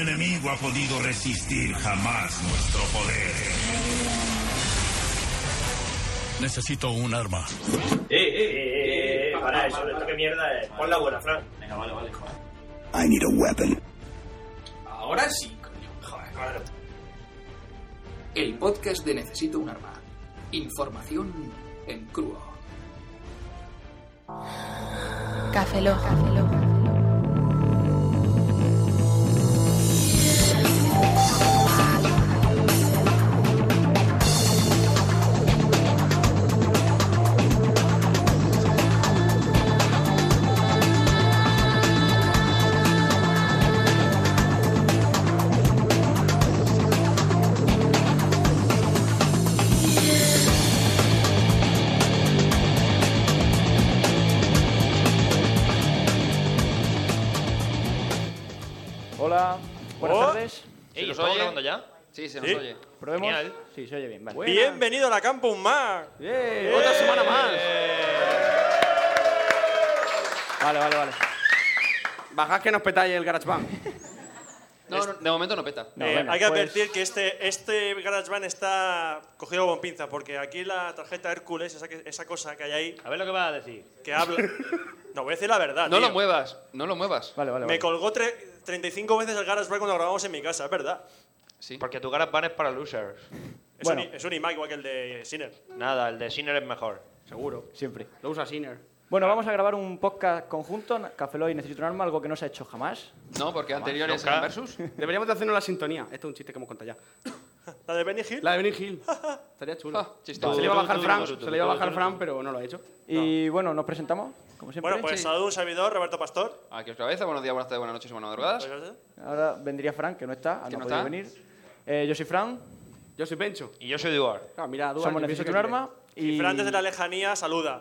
enemigo ha podido resistir jamás nuestro poder. Necesito un arma. Eh, eh, eh, eh, para eso, esto qué mierda es. Pon la buena, Fran. Venga, vale, vale, joder. I need a weapon. Ahora sí, coño. Joder, claro. El podcast de Necesito un arma. Información en crudo. Café Lock. Café Lock. Hola, buenas Oh. tardes. ¿Se Ey, nos ¿estamos oye? grabando ya? Sí, se nos Sí. oye. ¿Probemos? Genial. Sí, se oye bien, vale. Bienvenido a la Campus Mac. Bien. Otra semana más. Vale, vale, vale. Bajad que nos petáis el GarageBand. Es- De momento no peta. No, Eh, venga, hay que pues, advertir que este, este GarageBand está cogido con pinza, porque aquí la tarjeta Hércules, esa, que- esa cosa que hay ahí, A ver lo que vas a decir. que habla. no, voy a decir la Ah, verdad. No tío. lo muevas, no lo muevas. Vale, vale, Me vale. colgó tre- 35 veces el GarageBand cuando grabamos en mi casa, es verdad. Sí. Porque tu GarageBand es para losers. Es, Bueno. un, i- es un iMac igual que el de Sinner. Nada, el de Sinner es mejor. Seguro. Siempre. Lo usa Sinner. Bueno, vamos a grabar un podcast conjunto, Café Lock y Necesito un arma, algo que no se ha hecho jamás. No, porque anteriores nunca. eran versus. Deberíamos de hacernos la sintonía. Esto es un chiste que hemos contado ya. La de Benny Hill. La de Benny Hill. Estaría chulo. Ah, chistoso. Se le iba a bajar Tú, tú, Fran, tú, tú, se le iba a tú, bajar tú, Fran, pero no lo ha hecho. Y bueno, nos presentamos, como siempre. bueno, pues Sí. saludo a un servidor, Roberto Pastor. Aquí os cabeza, buenos días, buenas tardes, buenas noches y buenas madrugadas. Ahora vendría Fran, que no está, Que no ha no podido está. venir. Eh, yo soy Fran, Yo soy Pencho. Y yo soy Duar. Claro, mira, Duarte, somos yo pienso Necesito un que- arma. Y, Y Fran desde la lejanía saluda.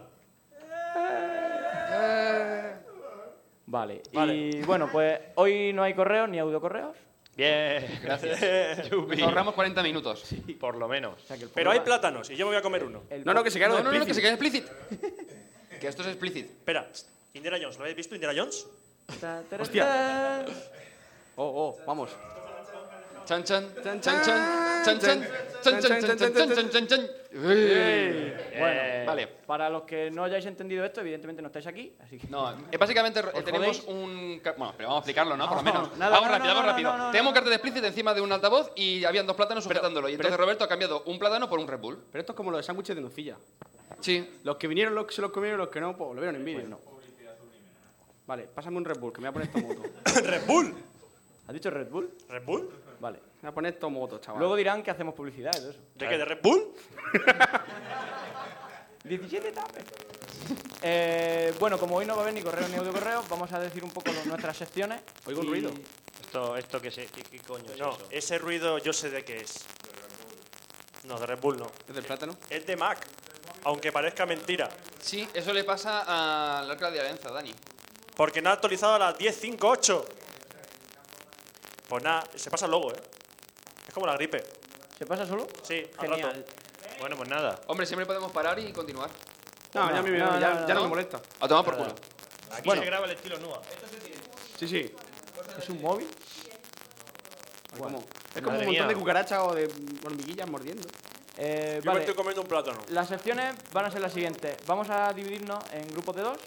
Vale. Vale. Y bueno, pues hoy no hay correos ni autocorreos. Bien, gracias. Nos ahorramos 40 minutos. Por lo menos. O sea que el Pero hay programa- plátanos y yo me voy a comer uno. el No, no, que se quedaron No, no, no, que se explícitos. quede explícit. que esto es explícit. Espera, Indiana Jones, ¿lo habéis visto, Indiana Jones? Ta, ta, ta, Hostia. ta. Oh, oh, vamos. Chan, chan, Chan, chan, chan, chan, chan, chan, chan, chan, chan, chan, chan, chan, chan. Uy. Bueno, Vale. Eh, Para los que no hayáis entendido esto, evidentemente no estáis aquí, así que... No, eh, básicamente eh, tenemos jodéis? un... ca- Bueno, pero vamos a explicarlo, ¿no? Por lo No, menos. nada, vamos no, rápido, no, vamos no, rápido. no, no, no. Tenemos un cartel explícit encima de un altavoz y habían dos plátanos sujetándolo. Y entonces Roberto ha cambiado un plátano por un Red Bull. Pero esto es como lo de sándwiches de nocilla. Sí. Los que vinieron, los que se los comieron, los que no, pues lo vieron en vídeo. Vale, pásame un Red Bull, que me voy a poner tomoto. me Red Bull. ¿Has dicho Red Bull? ¿Red Bull? Vale. voy a poner tomoto, chaval. Luego dirán que hacemos publicidad y todo eso. ¿De qué? ¿De Red Bull? 17 tapes. Eh, bueno, como hoy no va a haber ni correo ni audio correo, vamos a decir un poco lo- nuestras secciones. Oigo un y- ruido. Esto, esto que se, qué, qué coño es No, eso. ese ruido yo sé de qué es. No, de Red Bull no. ¿Es del plátano? Es de Mac, aunque parezca mentira. Sí, eso le pasa al arca de Arenza, Dani. Porque no ha actualizado a las 10.58. Pues nada, se pasa luego, ¿eh? Es como la gripe. ¿Se pasa solo? Sí, al Genial. rato. Bueno, pues nada. Hombre, siempre podemos parar y continuar. No, ya, me, no, no, ya, no, ya no no. me molesta. A tomar por culo. Aquí se graba el estilo NUA. Sí, sí. ¿Es un móvil? Es como, es como un Madre montón mía. de cucarachas o de hormiguillas mordiendo. Eh, Yo me vale. estoy comiendo un plátano. Las secciones van a ser las siguientes. Vamos a dividirnos en grupos de dos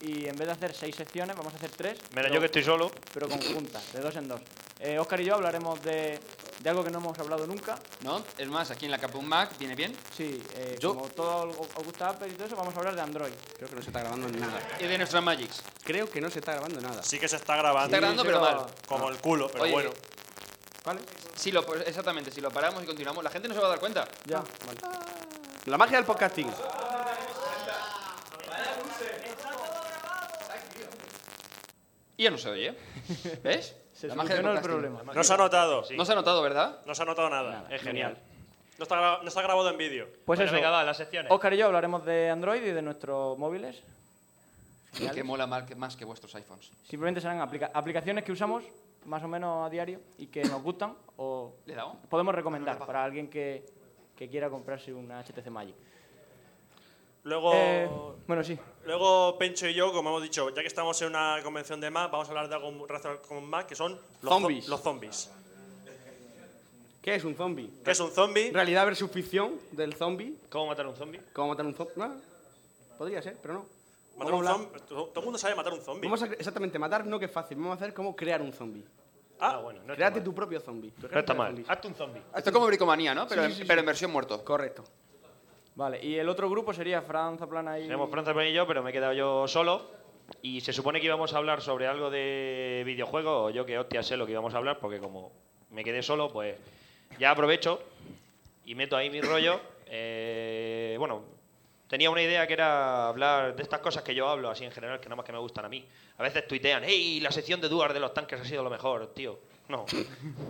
y en vez de hacer seis secciones, vamos a hacer tres. Menos pero- yo que estoy solo. Pero conjuntas, de dos en dos. Eh, Oscar y yo hablaremos de, de algo que no hemos hablado nunca. ¿No? Es más, aquí en la Capun Mac viene bien. Sí, eh, Yo- como todo el- os gusta Apple y todo eso, vamos a hablar de Android. Creo que no se está grabando nada. Y de nuestras Magics. Se Creo que no se está grabando nada. Sí que se está grabando. Está grabando, pero pero- mal. Como el culo, pero Oye, bueno. ¿Vale? Si lo, pues, exactamente, si lo paramos y continuamos, la gente no se va a dar cuenta. Ya. La magia del podcasting. Y ya no se oye. ¿eh? ¿Ves? Se La magia del soluciona el podcasting. problema. No se ha notado. No se ha notado, ¿verdad? No se ha notado nada. Es genial. No está, gra- no está grabado en vídeo. Pues Bueno, eso. venga, va, las secciones. Oscar y yo hablaremos de Android y de nuestros móviles. Y que mola más que, más que vuestros iPhones. Simplemente serán aplica- aplicaciones que usamos más o menos a diario y que nos gustan o ¿Le damos? podemos recomendar para alguien que, que quiera comprarse una HTC Magic. Luego. Eh, bueno, sí. Luego Pencho y yo, como hemos dicho, ya que estamos en una convención de Mac, vamos a hablar de algo relacionado con Mac, que son los zo- Zombies. los zombies. ¿Qué es un zombie? ¿Qué es un zombie? Realidad versus ficción del zombie. ¿Cómo matar a un zombie? ¿Cómo matar un zombie? podría ser, pero no. Matar un zombie. Todo el mundo sabe matar un zombie. Vamos a, exactamente, matar no que es fácil. Vamos a hacer cómo crear un zombie. Ah, bueno, no Créate tu propio zombie. No está mal. Hazte un zombie. Esto es como bricomanía, ¿no? Pero, Sí, sí, sí, pero sí. en versión muerto. Correcto. Vale, y el otro grupo sería Franza Plana y... Tenemos Franza Pan y yo, pero me he quedado yo solo. Y se supone que íbamos a hablar sobre algo de videojuego, o yo que hostia sé lo que íbamos a hablar, porque como me quedé solo, pues ya aprovecho y meto ahí mi rollo. Eh, bueno, tenía una idea que era hablar de estas cosas que yo hablo así en general, que nada más que me gustan a mí. A veces tuitean, hey, la sección de Duar de los tanques ha sido lo mejor, tío. No.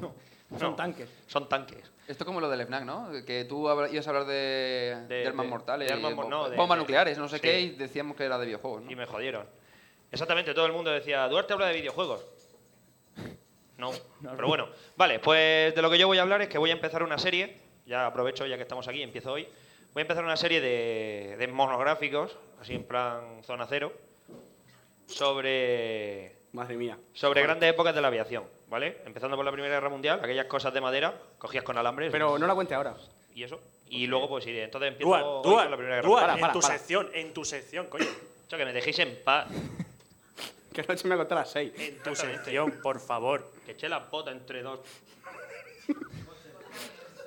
no. Son tanques. Son tanques. Esto es como lo del FNAC, ¿no? Que tú habla- ibas a hablar de, De- de armas de- mortales, de armas y mor- bom- no, de- bombas de- nucleares, no sé sí. qué, y decíamos que era de videojuegos, y ¿no? me jodieron. Exactamente, todo el mundo decía, Duarte habla de videojuegos. No, pero bueno. Vale, pues de lo que yo voy a hablar es que voy a empezar una serie, ya aprovecho ya que estamos aquí, empiezo hoy, voy a empezar una serie de, de monográficos, así en plan zona cero, sobre Madre mía. sobre grandes épocas de la aviación, ¿vale? Empezando por la Primera Guerra Mundial, aquellas cosas de madera, cogías con alambres Pero no la cuente ahora. y eso. Y luego pues iré. Entonces empiezo Duan, hoy Duan, con la Primera Guerra Duan, Mundial. en para, tu para. sección, en tu sección, coño. Chacho, que me dejéis en paz. Que anoche me acosté a las 6. En tu sección, por favor. Que eché la bota entre dos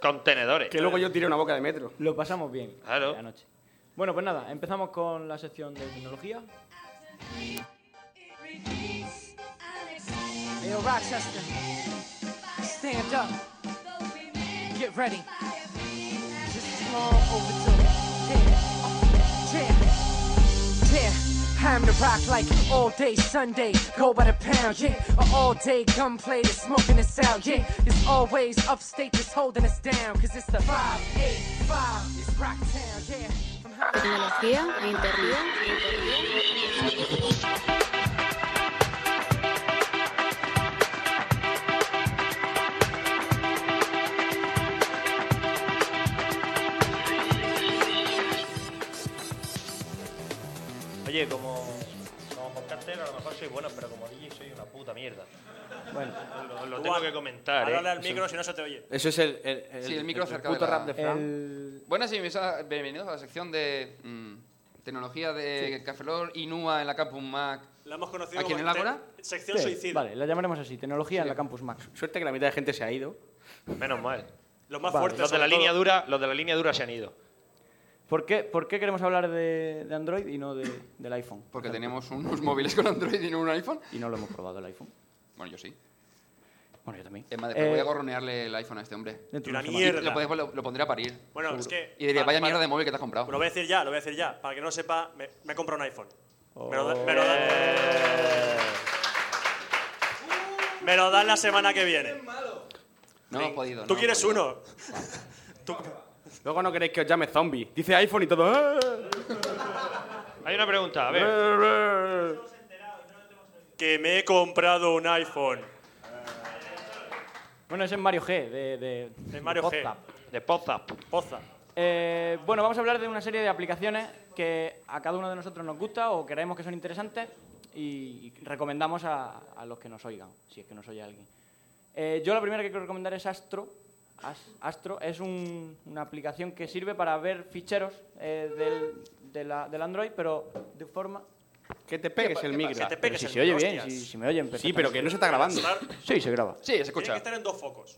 contenedores. Que luego yo tiré una boca de metro. Lo pasamos bien Claro. la noche. Bueno, pues nada, empezamos con la sección de tecnología. Yo, Rochester, stand up. Get ready. Just a small overtone. Yeah, yeah, yeah. I'm the rock like all day Sunday. Go by the pound, yeah. Or all day gunplay, the smoking and sound, yeah. It's always upstate that's holding us down. Cause it's the 585. It's Rock Town, yeah. From Hollywood. Tecnología e internet. Oye, como, como podcaster a lo mejor soy bueno, pero como DJ soy una puta mierda. Bueno, Lo, lo tengo que comentar, Háblale ¿eh? al micro si no se te oye. Eso es el... el, Sí, el micro cerca puto de la- rap de Fran. el... Buenas y bienvenidos a- bienvenidos a la sección de mm, tecnología de Cafelor y Nua en la Campus Mac. La hemos conocido ¿A quién como es la te- hora? sección Sí, suicida. Vale, la llamaremos así, tecnología en la Campus Max. Suerte que la mitad de gente se ha ido. Menos mal. Los más Vale. fuertes. Los de la sobre línea todo. dura, los de la línea dura se han ido. ¿Por qué, por qué queremos hablar de, de Android y no de- del iPhone? Porque tenemos unos móviles con Android y no un iPhone. Y no lo hemos probado el iPhone. Bueno, yo sí. Bueno, yo también. Es más, después voy Eh, a gorronearle el iPhone a este hombre. dentro de una una semana. mierda. Lo, podéis- lo- lo pondría a parir. Bueno, es que- Y diría, pa- vaya pa- mierda de móvil que te has comprado. Lo voy a decir ya, lo voy a decir ya. Para que no sepa, me, me he comprado un iPhone. Me lo, da- me lo da- me lo dan la semana que viene. No hemos podido. no Tú hemos quieres podido. uno. Tú- Luego no queréis que os llame zombie. Dice iPhone y todo. "Eh, Hay una pregunta, a ver. eh, eh". que me he comprado un iPhone. Bueno, ese es Mario G. De, de, de Mario G. Podzap. De Podzap. Poza. Eh, bueno, vamos a hablar de una serie de aplicaciones que a cada uno de nosotros nos gusta o creemos que son interesantes y recomendamos a, a los que nos oigan, si es que nos oye alguien. Eh, yo la primera que quiero recomendar es Astro. As- Astro es un- una aplicación que sirve para ver ficheros eh, del, de la- del Android, pero de forma... Que te pegues el micro. te Pero pegues si el se oye micro, bien, si, hostias. si me oyen Sí, pero que no se está grabando. Estar- Sí, se graba. Sí, se Tiene que escucha. estar en dos focos.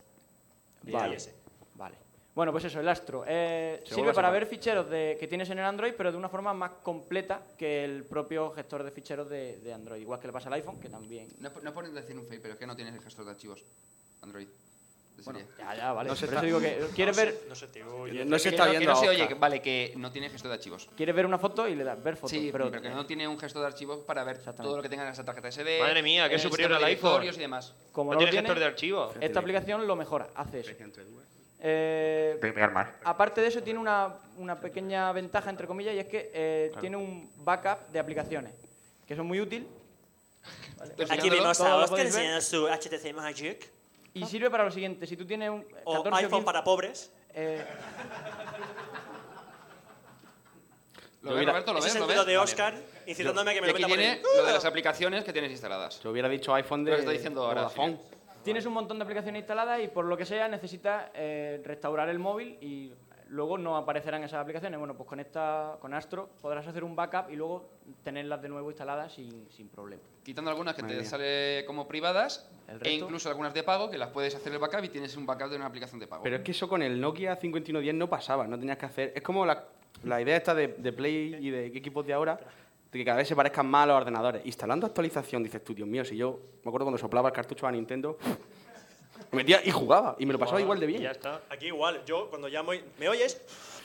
Vale. ese. Vale. Bueno, pues eso, el Astro. Eh, Se vuelve sirve a para separar. ver ficheros de- que tienes en el Android, pero de una forma más completa que el propio gestor de ficheros de, de Android. Igual que le pasa al iPhone, que también. No, es por- no es por decir un fake, pero es que no tienes el gestor de archivos Android. De Bueno, serie. ya, ya, vale. No se Por eso está- digo que quieres No sé- ver, No sé, te oye. No se Que está no- que viendo. no se a oye, que- Oscar. vale, que no tiene gestor de archivos. quieres ver una foto y le das ver foto. sí, pero, eh, pero, que no tiene un gestor de archivos para ver Exactamente. todo lo que tenga en esa tarjeta SD. Madre mía, que es en el superior sistema al de iPhone. directorios y demás. como no lo tiene gestor de archivos. Esta aplicación lo mejora, hace eso. Eh, Aparte de eso, tiene una, una pequeña ventaja, entre comillas, y es que eh, tiene un backup de aplicaciones, que son muy útil Pues Aquí vemos Todo a lo Oscar podéis ver. enseñando su HTC Magic. y sirve para lo siguiente. Si tú tienes un 14 O o iPhone 15 para pobres. Eh, ¿Lo ves, Roberto? ¿Lo Ese es ves? el ¿Lo ves? dedo de Vale. Oscar incitándome a que me Y lo aquí meta por tiene el... lo de las aplicaciones que tienes instaladas. Se hubiera dicho iPhone de. Lo que está diciendo ahora, Vodafone. sí. Tienes un montón de aplicaciones instaladas y por lo que sea necesitas eh, restaurar el móvil y luego no aparecerán esas aplicaciones. Bueno, pues con esta, con Astro podrás hacer un backup y luego tenerlas de nuevo instaladas sin, sin problema. Quitando algunas que Madre te mía. sale como privadas e resto? incluso algunas de pago que las puedes hacer el backup y tienes un backup de una aplicación de pago. Pero es que eso con el Nokia 5110 no pasaba, no tenías que hacer. Es como la, la idea esta de, de Play y de equipos de ahora, de que cada vez se parezcan más a los ordenadores. Instalando actualización, dices tú, Dios mío, si yo me acuerdo cuando soplaba el cartucho a Nintendo, me metía y jugaba, y me lo pasaba igual de bien. Ya está. Aquí igual, yo cuando llamo. y- ¿Me oyes?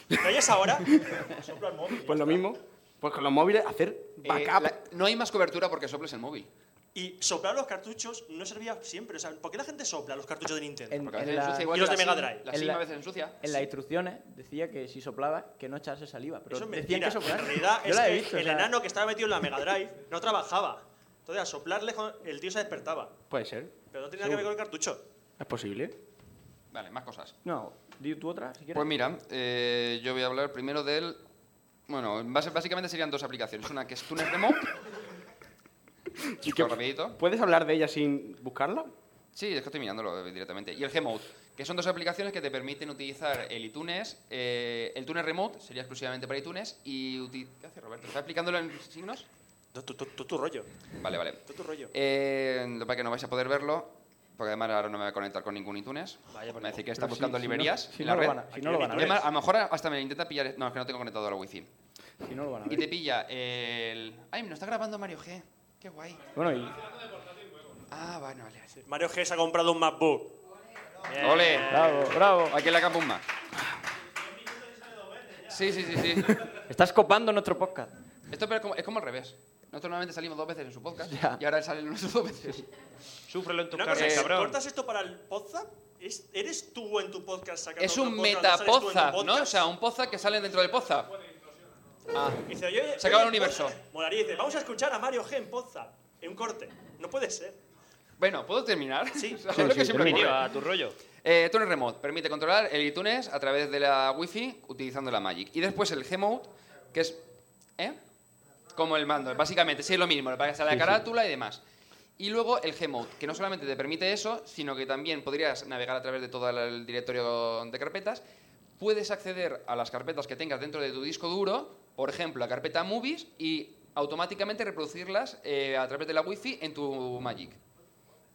¿Me oyes ahora? Soplo al móvil. Pues lo mismo, pues con los móviles hacer Eh, backup. la- no hay más cobertura porque soples el móvil. Y soplar los cartuchos no servía siempre. O sea, ¿por qué la gente sopla los cartuchos de Nintendo? En- Porque a en veces la- y ensucia igual los que de Mega SIM. Drive. La en SIM la- a veces ensucia. En las instrucciones decía que si soplabas, que no echase saliva. Pero Eso es decían mentira. que soplar. En realidad Yo es la he que visto, o el sea, enano que estaba metido en la Mega Drive no trabajaba. Entonces, a soplarle, jo- el tío se despertaba. Puede ser, Pero no tenía nada que ver con el cartucho. es posible. Vale, más cosas. No, di tú otra, si quieres. Pues mira, eh, yo voy a hablar primero del... Bueno, en base- básicamente serían dos aplicaciones. Una que es Tunes Remote. Súper rapidito. ¿Puedes hablar de ella sin buscarla? Sí, es que estoy mirándolo eh, directamente. Y el Gmode, que son dos aplicaciones que te permiten utilizar el iTunes, eh, el Tunes Remote, sería exclusivamente para iTunes, y... uti- ¿Qué hace Roberto? ¿Está aplicándolo en signos? Tú, tú- tú- tú tu rollo. Vale, vale. Tú tu rollo. Eh, lo que pasa es que no vais a poder verlo, porque además ahora no me voy a conectar con ningún iTunes. Vaya, por me dice que está Pero buscando si- si no- librerías si en no la lo red. van a- si Aquí no lo hay van a iTunes. ver. Además, a lo mejor hasta me intenta pillar... No, es que no tengo conectado a la wifi. Si no lo van a Y ver. te pilla el... Ay, me lo está grabando Mario G. Qué guay. Bueno, y Ah, bueno, vale. vale. Mario G se ha comprado un MacBook. Bien. ¡Ole! bravo, bravo. Aquí en la campo un más. Sí, sí, sí, sí. Estás copando nuestro podcast. Esto pero es, como, es como al revés. Nosotros normalmente salimos dos veces en su podcast Ya. y ahora él sale nosotros dos veces. Súfrelo en tu Una carne, cosa, si cabrón. cortas esto para el podcast, ¿es- ¿eres tú en tu podcast sacando Es un otro podcast? ¿No sales tú en tu metapozap, ¿no? podcast? O sea, un pozap que sale dentro del pozap. Ah, Dice, oye, oye, Se acaba el oye, universo. Poza. Molaría, dice, vamos a escuchar a Mario G en Pozza. En un corte. No puede ser. bueno, ¿puedo terminar? Sí. O sea, Sí, es lo sí, que siempre Termina, ocurre. a tu rollo. Eh, Tuner Remote permite controlar el iTunes a través de la Wi-Fi utilizando la Magic. Y después el Gmode, que es. ¿Eh? Como el mando, básicamente, sí es lo mismo, le pagas a la carátula y demás. Y luego el Gmode, que no solamente te permite eso, sino que también podrías navegar a través de todo el directorio de carpetas. Puedes acceder a las carpetas que tengas dentro de tu disco duro, por ejemplo, la carpeta Movies, y automáticamente reproducirlas eh, a través de la Wi-Fi en tu Magic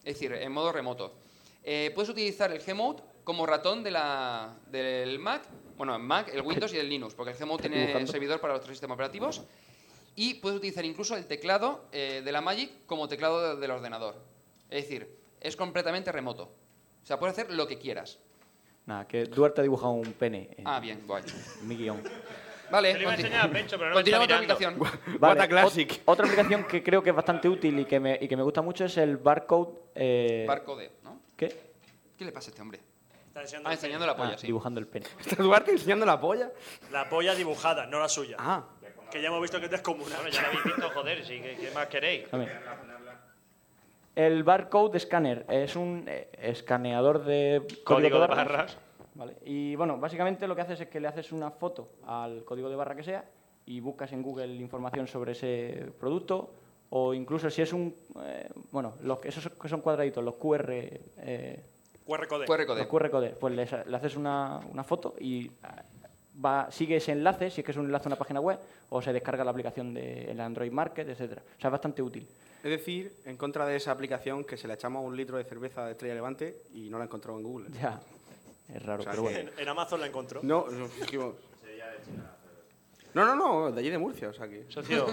es decir, en modo remoto. Eh, puedes utilizar el Gmode como ratón de la, del Mac, bueno, el Mac, el Windows y el Linux, porque el Gmode tiene servidor para los tres sistemas operativos. Y puedes utilizar incluso el teclado eh, de la Magic como teclado de- del ordenador. Es decir, es completamente remoto. O sea, puedes hacer lo que quieras. Nada, que Duarte ha dibujado un pene en Ah, bien, guay. mi guión. Vale, Te lo iba a conti- enseñar a Pencho, pero no me está continuamos con la mirando. aplicación. What a ot- classic. Otra aplicación que creo que es bastante útil y que me, y que me gusta mucho es el barcode. eh, Barcode, ¿no? ¿Qué? ¿Qué le pasa a este hombre? Está enseñando Ah, el enseñando la polla, Ah, sí. Dibujando el pene. ¿Está Duarte enseñando la polla? pene. La polla dibujada, no la suya. Ah, Que ya hemos visto que es descomunal. Bueno, ya lo habéis visto, joder, sí, ¿qué, qué más queréis? A ver. El barcode scanner es un eh, escaneador de código, Código de de barras. barras. Vale. Y bueno, básicamente lo que haces es que le haces una foto al código de barra que sea y buscas en Google información sobre ese producto o incluso si es un... eh, bueno, los, que- esos que son cuadraditos, los QR... eh, QR code. QR code. los QR code, pues le, sa- le haces una, una foto y ah, va, sigue ese enlace, si es que es un enlace a una página web, o se descarga la aplicación del Android Market, etcétera. O sea, es bastante útil. Es decir, en contra de esa aplicación que se le echamos un litro de cerveza de Estrella Levante y no la encontramos en Google. Ya, es raro, O sea, pero que- bueno. En, en Amazon la encontró. No, no, dijimos- no, no, no, de allí de Murcia, o sea que... Socio,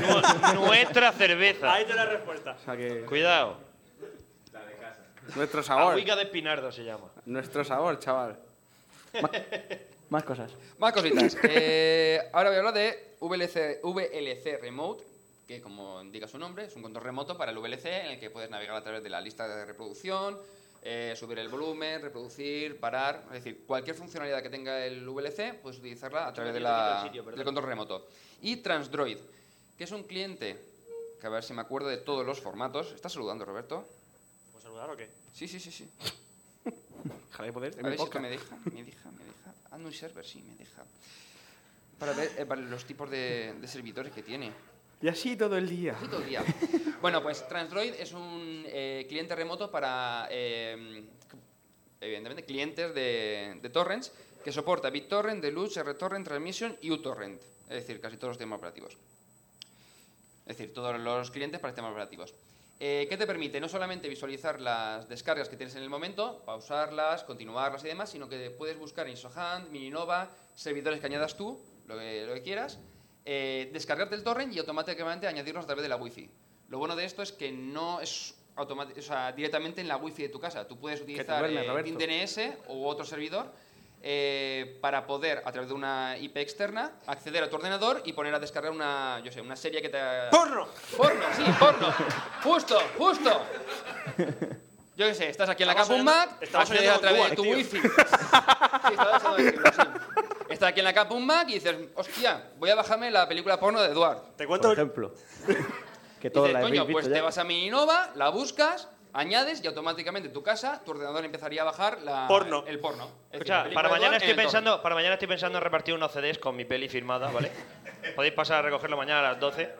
nu- nuestra cerveza. Ahí te la respuesta. O sea que Cuidado. nuestro sabor, Agüica de Espinardo se llama. nuestro sabor, chaval. Más cosas. Más cositas. Eh, ahora voy a hablar de VLC, VLC Remote, que como indica su nombre, es un control remoto para el VLC en el que puedes navegar a través de la lista de reproducción, eh, subir el volumen, reproducir, parar. Es decir, cualquier funcionalidad que tenga el VLC, puedes utilizarla a través de la, del control remoto. Y Transdroid, que es un cliente, que a ver si me acuerdo de todos los formatos. ¿Estás saludando, Roberto? ¿Puedo saludar o qué? Sí, sí, sí, sí. Ojalá de poder. A ver si esto me deja, me deja, me deja. Ah, Ando un server, sí, me deja. Para ver eh, para los tipos de, de servidores que tiene. Y así todo el día. Así todo el día. bueno, pues Transdroid es un eh, cliente remoto para, eh, evidentemente, clientes de, de torrents que soporta BitTorrent, Deluxe, RTorrent, Transmission y UTorrent. Es decir, casi todos los sistemas operativos. Es decir, todos los clientes para sistemas operativos. Eh, ¿Qué te permite? No solamente visualizar las descargas que tienes en el momento, pausarlas, continuarlas y demás, sino que puedes buscar en Sohand, Mininova, servidores que añadas tú, lo que, lo que quieras, eh, descargarte el torrent y automáticamente añadirnos a través de la Wi-Fi. Lo bueno de esto es que no es automáti- o sea, directamente en la Wi-Fi de tu casa. Tú puedes utilizar duermes, eh, Roberto. DNS u otro servidor eh, para poder, a través de una IP externa, acceder a tu ordenador y poner a descargar una, yo sé, una serie que te... ¡Porno! ¡Porno, sí, porno! ¡Justo, justo! Yo qué sé, estás aquí en la Estamos Campus oyendo- Mac, estamos accedes oyendo a través de Cuba, tu tío. wifi. Sí, estaba oyendo el cubo, sí. Estás aquí en la Campus Mac y dices, hostia, voy a bajarme la película porno de Eduard. Te Por ejemplo. que todos la Dices, habéis coño, pues visto te ya. vas a mi Innova, la buscas, añades y automáticamente en tu casa, tu ordenador empezaría a bajar la, Porno. el porno. Es decir, Escucha, la película para mañana, de Eduard en estoy el torrent. pensando, para mañana estoy pensando en repartir unos CDs con mi peli firmada, ¿vale? Podéis pasar a recogerlo mañana a las 12.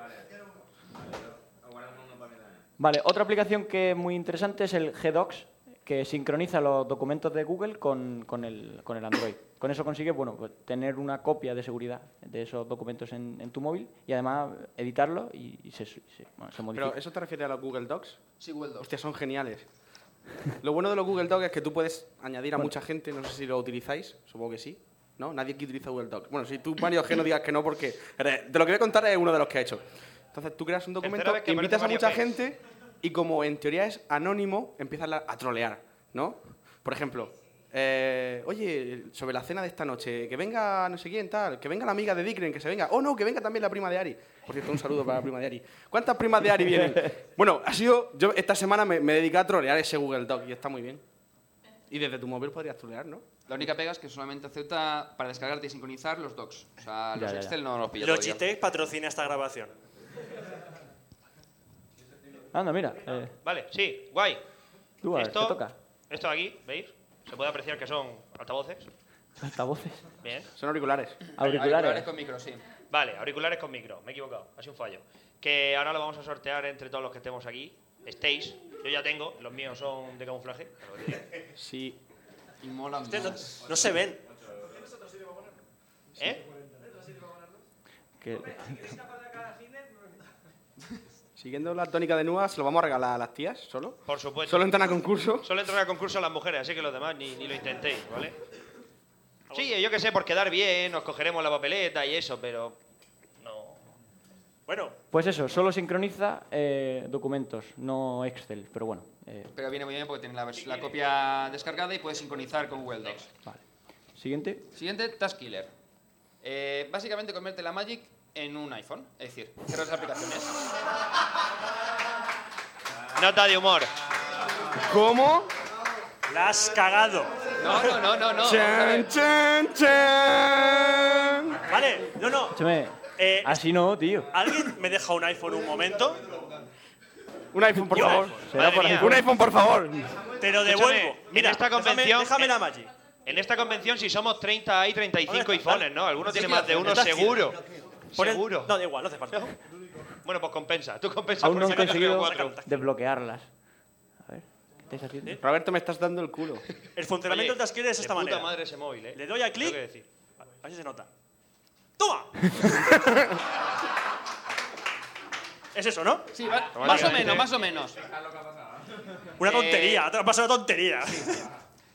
Vale, otra aplicación que es muy interesante es el G-Docs, que sincroniza los documentos de Google con, con el, con el Android. Con eso consigues bueno, pues, tener una copia de seguridad de esos documentos en, en tu móvil y además editarlos y, y se, se- bueno, se modifica. Pero ¿eso te refiere a los Google Docs? Sí, Google Docs. Hostia, son geniales. Lo bueno de los Google Docs es que tú puedes añadir a mucha gente, no sé si lo utilizáis, supongo que sí. ¿No? Nadie aquí utiliza Google Docs. Bueno, si tú, Mario G, no digas que no, porque eres- de lo que voy a contar es uno de los que ha hecho. Entonces tú creas un documento, vez que invitas a aparece mucha Mario G. gente este, y como en teoría es anónimo, empiezas la- a trolear, ¿no? Por ejemplo, eh, oye, sobre la cena de esta noche, que venga no sé quién, tal, que venga la amiga de Dicren, que se venga. Oh, no, que venga también la prima de Ari. Por cierto, un saludo para la prima de Ari. ¿Cuántas primas de Ari vienen? Bueno, ha sido. Yo esta semana me, me dediqué a trolear ese Google Doc y está muy bien. Y desde tu móvil podrías trolear, ¿no? La única pega es que solamente acepta para descargarte y sincronizar los docs. O sea, Ya, los ya, ya. Excel no los pilla todavía. Logitech patrocina esta grabación. Anda, mira. eh, Vale, sí, guay. tú, a ver, esto, te toca. esto de aquí, ¿veis? Se puede apreciar que son altavoces. Altavoces. Bien. Son auriculares. Auriculares con micro, sí. Vale, auriculares con micro. Me he equivocado. Ha sido un fallo. Que ahora lo vamos a sortear entre todos los que estemos aquí. Estéis. Yo ya tengo. Los míos son de camuflaje. pero lo diré. Sí. Y mola Ustedes no, no se ven. ¿Eh? Que- Siguiendo la tónica de Nua, ¿se lo vamos a regalar a las tías solo? Por supuesto. ¿Solo entran a concurso? Solo entran a concurso las mujeres, así que los demás ni, ni lo intentéis, ¿vale? Sí, yo qué sé, por quedar bien, nos cogeremos la papeleta y eso, pero. No. Bueno, Pues eso, solo sincroniza eh, documentos, no Excel, pero bueno. eh, Pero viene muy bien porque tiene la, vers- la copia descargada y puedes sincronizar con Google Docs. Siguiente. Siguiente, Task Killer. Eh, básicamente convierte la Magic en un iPhone, es decir, cierra las aplicaciones. Nota de humor. ¿Cómo? La has cagado. No, no, no, no, no. Chan, chan, chan. Vale, no, no. Escúchame, Eh, así no, tío. ¿Alguien me deja un iPhone un momento? Un iPhone, por Yo, favor. Será por mía. ahí. Un iPhone, por favor. Te lo Escúchame, devuelvo. en Mira, esta déjame- convención- déjame, la en- Magic. En esta convención, si somos 30, hay 35 Ahora está, iPhones, ¿no? Alguno Sí, tiene sí, más de la- uno, está haciendo. seguro. Pon el- Seguro. No, da igual, no hace falta. Bueno, pues compensa. Tú compensa Aún no porque he yo tengo conseguido cuatro. desbloquearlas. A ver, ¿qué estáis haciendo? Roberto, me estás dando el culo. El funcionamiento Oye, del Taskiller es de esta de puta manera. madre ese móvil, ¿eh? Le doy a Tengo clic. que decir. Así se nota. ¡Toma! es eso, Ah, ¿no? Sí, va- más o menos, más o menos. Una Eh, tontería, ha pasado una tontería.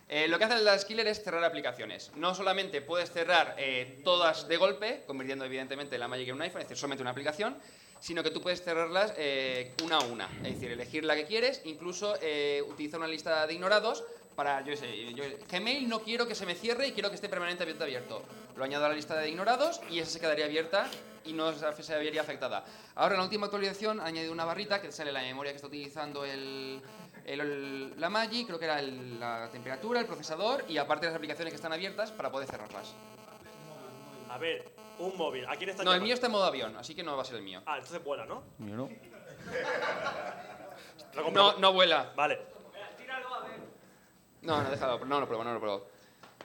Eh, lo que hace el Task Killer es cerrar aplicaciones. No solamente puedes cerrar eh, todas de golpe, convirtiendo evidentemente la Magic en un iPhone, es decir, solamente una aplicación, sino que tú puedes cerrarlas eh, una a una. Es decir, elegir la que quieres, incluso eh, utilizar una lista de ignorados para, yo qué sé, yo- Gmail no quiero que se me cierre y quiero que esté permanentemente abierto. Lo añado a la lista de ignorados y esa se quedaría abierta y no se se vería afectada. Ahora, en la última actualización, ha añadido una barrita que te sale la memoria que está utilizando el, el- el- la Magic, creo que era el- la temperatura, el procesador y aparte las aplicaciones que están abiertas para poder cerrarlas. A ver, un móvil. ¿A quién está No, el mío está en modo avión, así que no va a ser el mío. Ah, entonces vuela, ¿no? Yo no. Lo compro. No, no vuela. Vale. No, no, déjalo, no lo pruebo, no lo pruebo.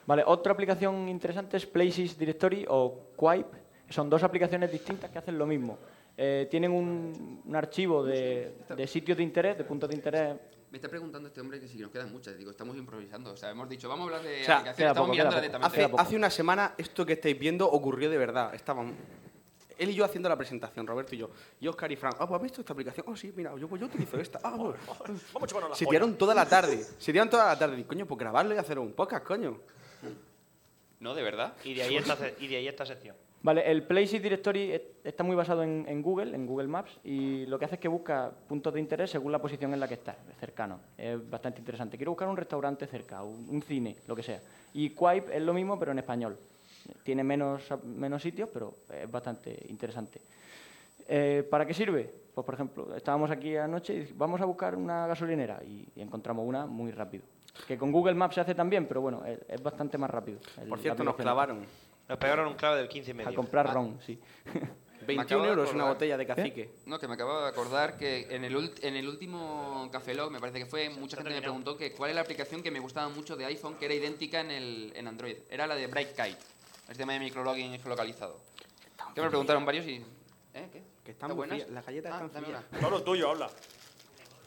Vale, otra aplicación interesante es Places Directory o Quipe. que Son dos aplicaciones distintas que hacen lo mismo. eh, tienen un, un archivo de, de sitios de interés, de puntos de interés Me está preguntando este hombre que si nos quedan muchas. Digo, estamos improvisando. O sea, hemos dicho, vamos a hablar de O sea, aplicaciones. queda Estamos poco, mirando queda poco. directamente. Hace, hace una semana esto que estáis viendo ocurrió de verdad. Estaban él y yo haciendo la presentación, Roberto y yo. Y Oscar y Frank, ah, pues has visto esta aplicación. Ah, sí, mira, yo, pues yo utilizo esta. Ah, pues. Vamos a chuparnos la Se polla. tiraron toda la tarde. Se tiraron toda la tarde. Y, coño, pues grabarlo y hacer un podcast, coño. No, de verdad. Y de ahí esta, ce- y de ahí esta sección. Vale, el Places Directory es- está muy basado en, en Google, en Google Maps, y lo que hace es que busca puntos de interés según la posición en la que estás, cercano. Es bastante interesante. Quiero buscar un restaurante cerca, un, un cine, lo que sea. Y Quip es lo mismo, pero en español. Tiene menos, menos sitios, pero es bastante interesante. Eh, ¿Para qué sirve? Pues, por ejemplo, estábamos aquí anoche y dij- vamos a buscar una gasolinera y, y encontramos una muy rápido. Que con Google Maps se hace también, pero bueno, es, es bastante más rápido. el- la aplicación. Nos pegaron un clave del 15 y medio. A comprar ron, sí. Me acabo de acordar. ¿Eh? No, que me acabo de acordar que en el, ult- en el último Café Lock, me parece que fue, mucha gente me preguntó que cuál es la aplicación que me gustaba mucho de iPhone que era idéntica en, el, en Android. Era la de Brightkite, el tema de micrologging geolocalizado. Que me preguntaron varios y... ¿Eh? ¿Qué? Que ¿Está están muy buena? frías. Las galletas Ah, están dame frías. una. Pablo, tuyo, habla.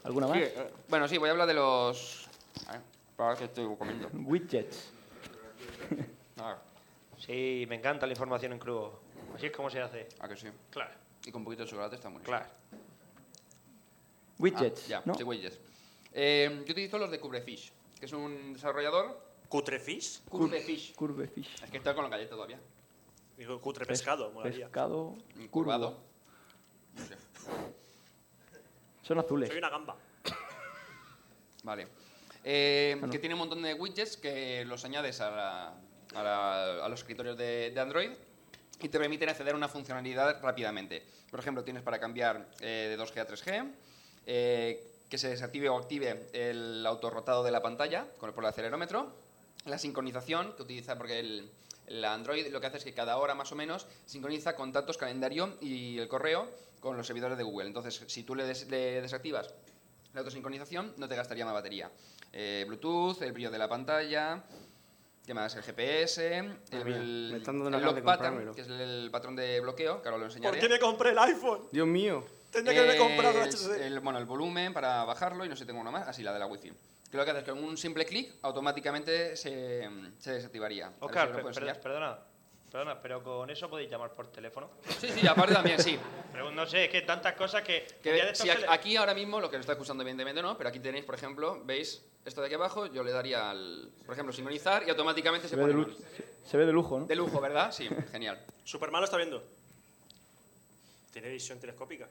¿Alguna más? Sí, eh, bueno, sí, voy a hablar de los... A ver, para que estoy comiendo. Ah, Widgets. Sí, me encanta la información en crudo. Así es como se hace. ¿A que sí? Claro. Y con un poquito de chocolate está muy bien. Claro. Widgets, Ah, ya, ¿no? sí, widgets. Eh, yo utilizo los de Cubrefish, que es un desarrollador... ¿Cutrefish? Cubrefish. Curvefish. Es que estoy con la galleta todavía. Digo, cutre pescado, molaría. Pescado. Curvado. curvo. Son azules. Soy una gamba. Vale. Eh, Que tiene un montón de widgets que los añades a, la- a la- a los escritorios de, de Android y te permiten acceder a una funcionalidad rápidamente. Por ejemplo, tienes para cambiar eh, de 2G a 3G, eh, que se desactive o active el autorrotado de la pantalla con el, por el acelerómetro, la sincronización que utiliza porque el, el Android lo que hace es que cada hora más o menos sincroniza contactos, calendario y el correo con los servidores de Google. Entonces, si tú le des- le desactivas la autosincronización no te gastaría más batería. Eh, Bluetooth, el brillo de la pantalla, ¿qué más? El GPS, el, Madre mía, el- Ah, me están dando unas el ganas lock de pattern, comprármelo. que es el, el patrón de bloqueo, que ahora lo enseñaré. ¿Por qué me compré el iPhone? Dios mío. Tendría que haberme comprado el- HTC. el- Bueno, el volumen para bajarlo y no sé, tengo uno más, así la de la wifi. Que lo que hace es que con un simple clic automáticamente se, se desactivaría. A ver si Oscar, lo puedo per- per- enseñar. perdona, perdona, pero con eso podéis llamar por teléfono. Sí, sí, aparte también, sí. Pero no sé, es que tantas cosas que. Que un día de si estos ac- se le- aquí ahora mismo lo que lo está escuchando evidentemente no, pero aquí tenéis, por ejemplo, veis esto de aquí abajo, yo le daría al, por ejemplo, sincronizar y automáticamente Se se, ve, de pone lu- on. se- se ve de lujo, ¿no? de lujo, ¿verdad? Sí, genial. Superman lo está viendo. Tiene visión telescópica.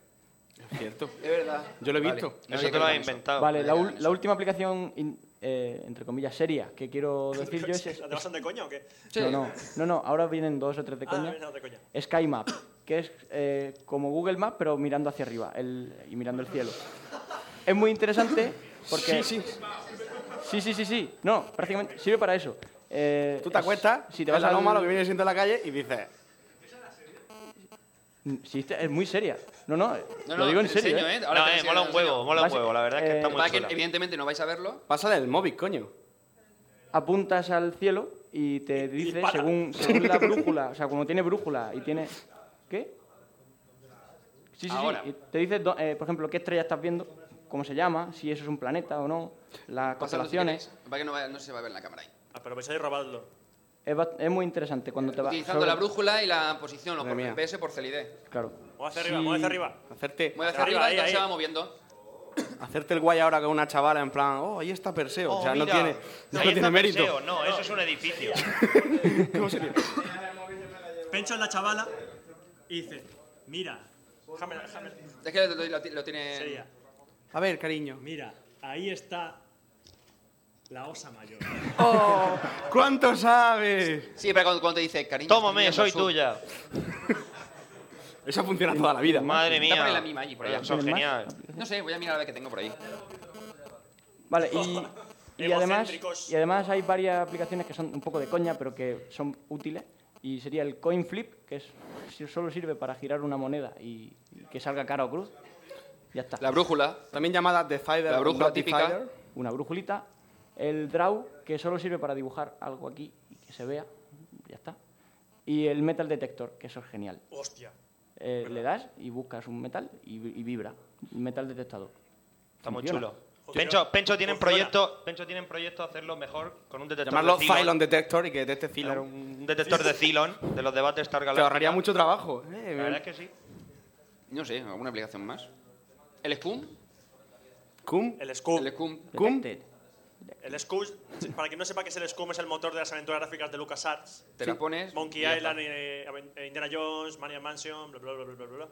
Cierto. Es verdad. Yo lo he Vale. visto. No Eso había te lo has quedado en eso. inventado. Vale, la, No había ul- quedado en la última aplicación, in- eh, entre comillas, seria, que quiero decir yo es... es- ¿La te pasan de coña o qué? no, no, no, no, ahora vienen dos o tres de Ah, coña. vienen dos de coña. Sky Map, que es eh, como Google Maps, pero mirando hacia arriba el- y mirando el cielo. Es muy interesante porque... Sí, sí. Sí, sí, sí, sí. No, prácticamente sirve para eso. Eh, Tú te es- acuestas, si te vas a lo al... malo que viene siendo la calle y dices, mm, Sí, esta es muy seria. No, no, No, lo no, digo en te serio. enseño, ¿eh? ¿eh? Ahora No, te eh, enseño, mola te un enseño. huevo, mola un huevo, la verdad es que eh, está muy Para que chula. evidentemente no vais a verlo. pásale el móvil, coño. apuntas al cielo y te dice dispara. según, según la brújula, o sea, como tiene brújula y tiene... ¿Qué? Sí, sí, sí, Ahora. y Te dice, do- eh, por ejemplo, qué estrella estás viendo, cómo se llama, si eso es un planeta o no, las Pasadlo si constelaciones. queréis, Para que no, vaya- no se va a ver en la cámara ahí. Aprovechad y robadlo. Es, ba- es muy interesante cuando te vas... Utilizando la brújula y la posición, o Madre por mía. GPS por CLID. Claro. Mueve hacia arriba, mueve hacia arriba. Hacerte, Mueve hacia Arriba, arriba ahí, y ya ahí. se va moviendo. hacerte el guay ahora con una chavala en plan, oh, ahí está Perseo. o sea, no mira, tiene, no ahí tiene está mérito. Perseo, no, eso es un edificio. ¿Cómo sería? Pencho en la chavala y dice, mira, eh, déjame, déjame, Es que lo, lo- lo tiene... sería, A ver, cariño. mira, ahí está la osa mayor. Oh, ¿Cuánto sabes? Sí, pero cuando, cuando te dice, cariño... Tómame, estoy soy mirando sur. tuya. Eso funciona toda la vida. Madre Está por ahí la mía. misma, allí, por allá. Son ¿Tienen más? geniales. No sé, voy a mirar a ver qué tengo por ahí. Vale, y, y además, Egocéntricos. y además hay varias aplicaciones que son un poco de coña, pero que son útiles. Y sería el coin flip, que es, si- solo sirve para girar una moneda y, y que salga cara o cruz. Ya está. La brújula. También llamada Decider. La brújula Dot típica. Decider. Una brújulita. El draw, que solo sirve para dibujar algo aquí y que se vea. Ya está. Y el metal detector, que eso es genial. Hostia. eh, le das y buscas un metal y, vi- y vibra. Metal detectado. Está muy Funciona. chulo. Pencho, Pencho tienen proyecto, Pencho tienen proyecto hacerlo mejor con un detector Llamarlo de Cylon. Cylon Detector y que detecte Cylon. Claro, un detector de Cylon de los debates Star Te Galactica. ahorraría mucho trabajo. eh. La verdad es que sí. No sé, ¿alguna aplicación más? ¿El Scum? ¿Cum? El Scum. El Scum. El Scum, para quien no sepa qué es el Scum, es el motor de las aventuras gráficas de LucasArts. Te la pones Monkey y ya Island, eh, Aven- eh, Indiana Jones, Mania Mansion, bla, bla, bla, bla, bla, bla.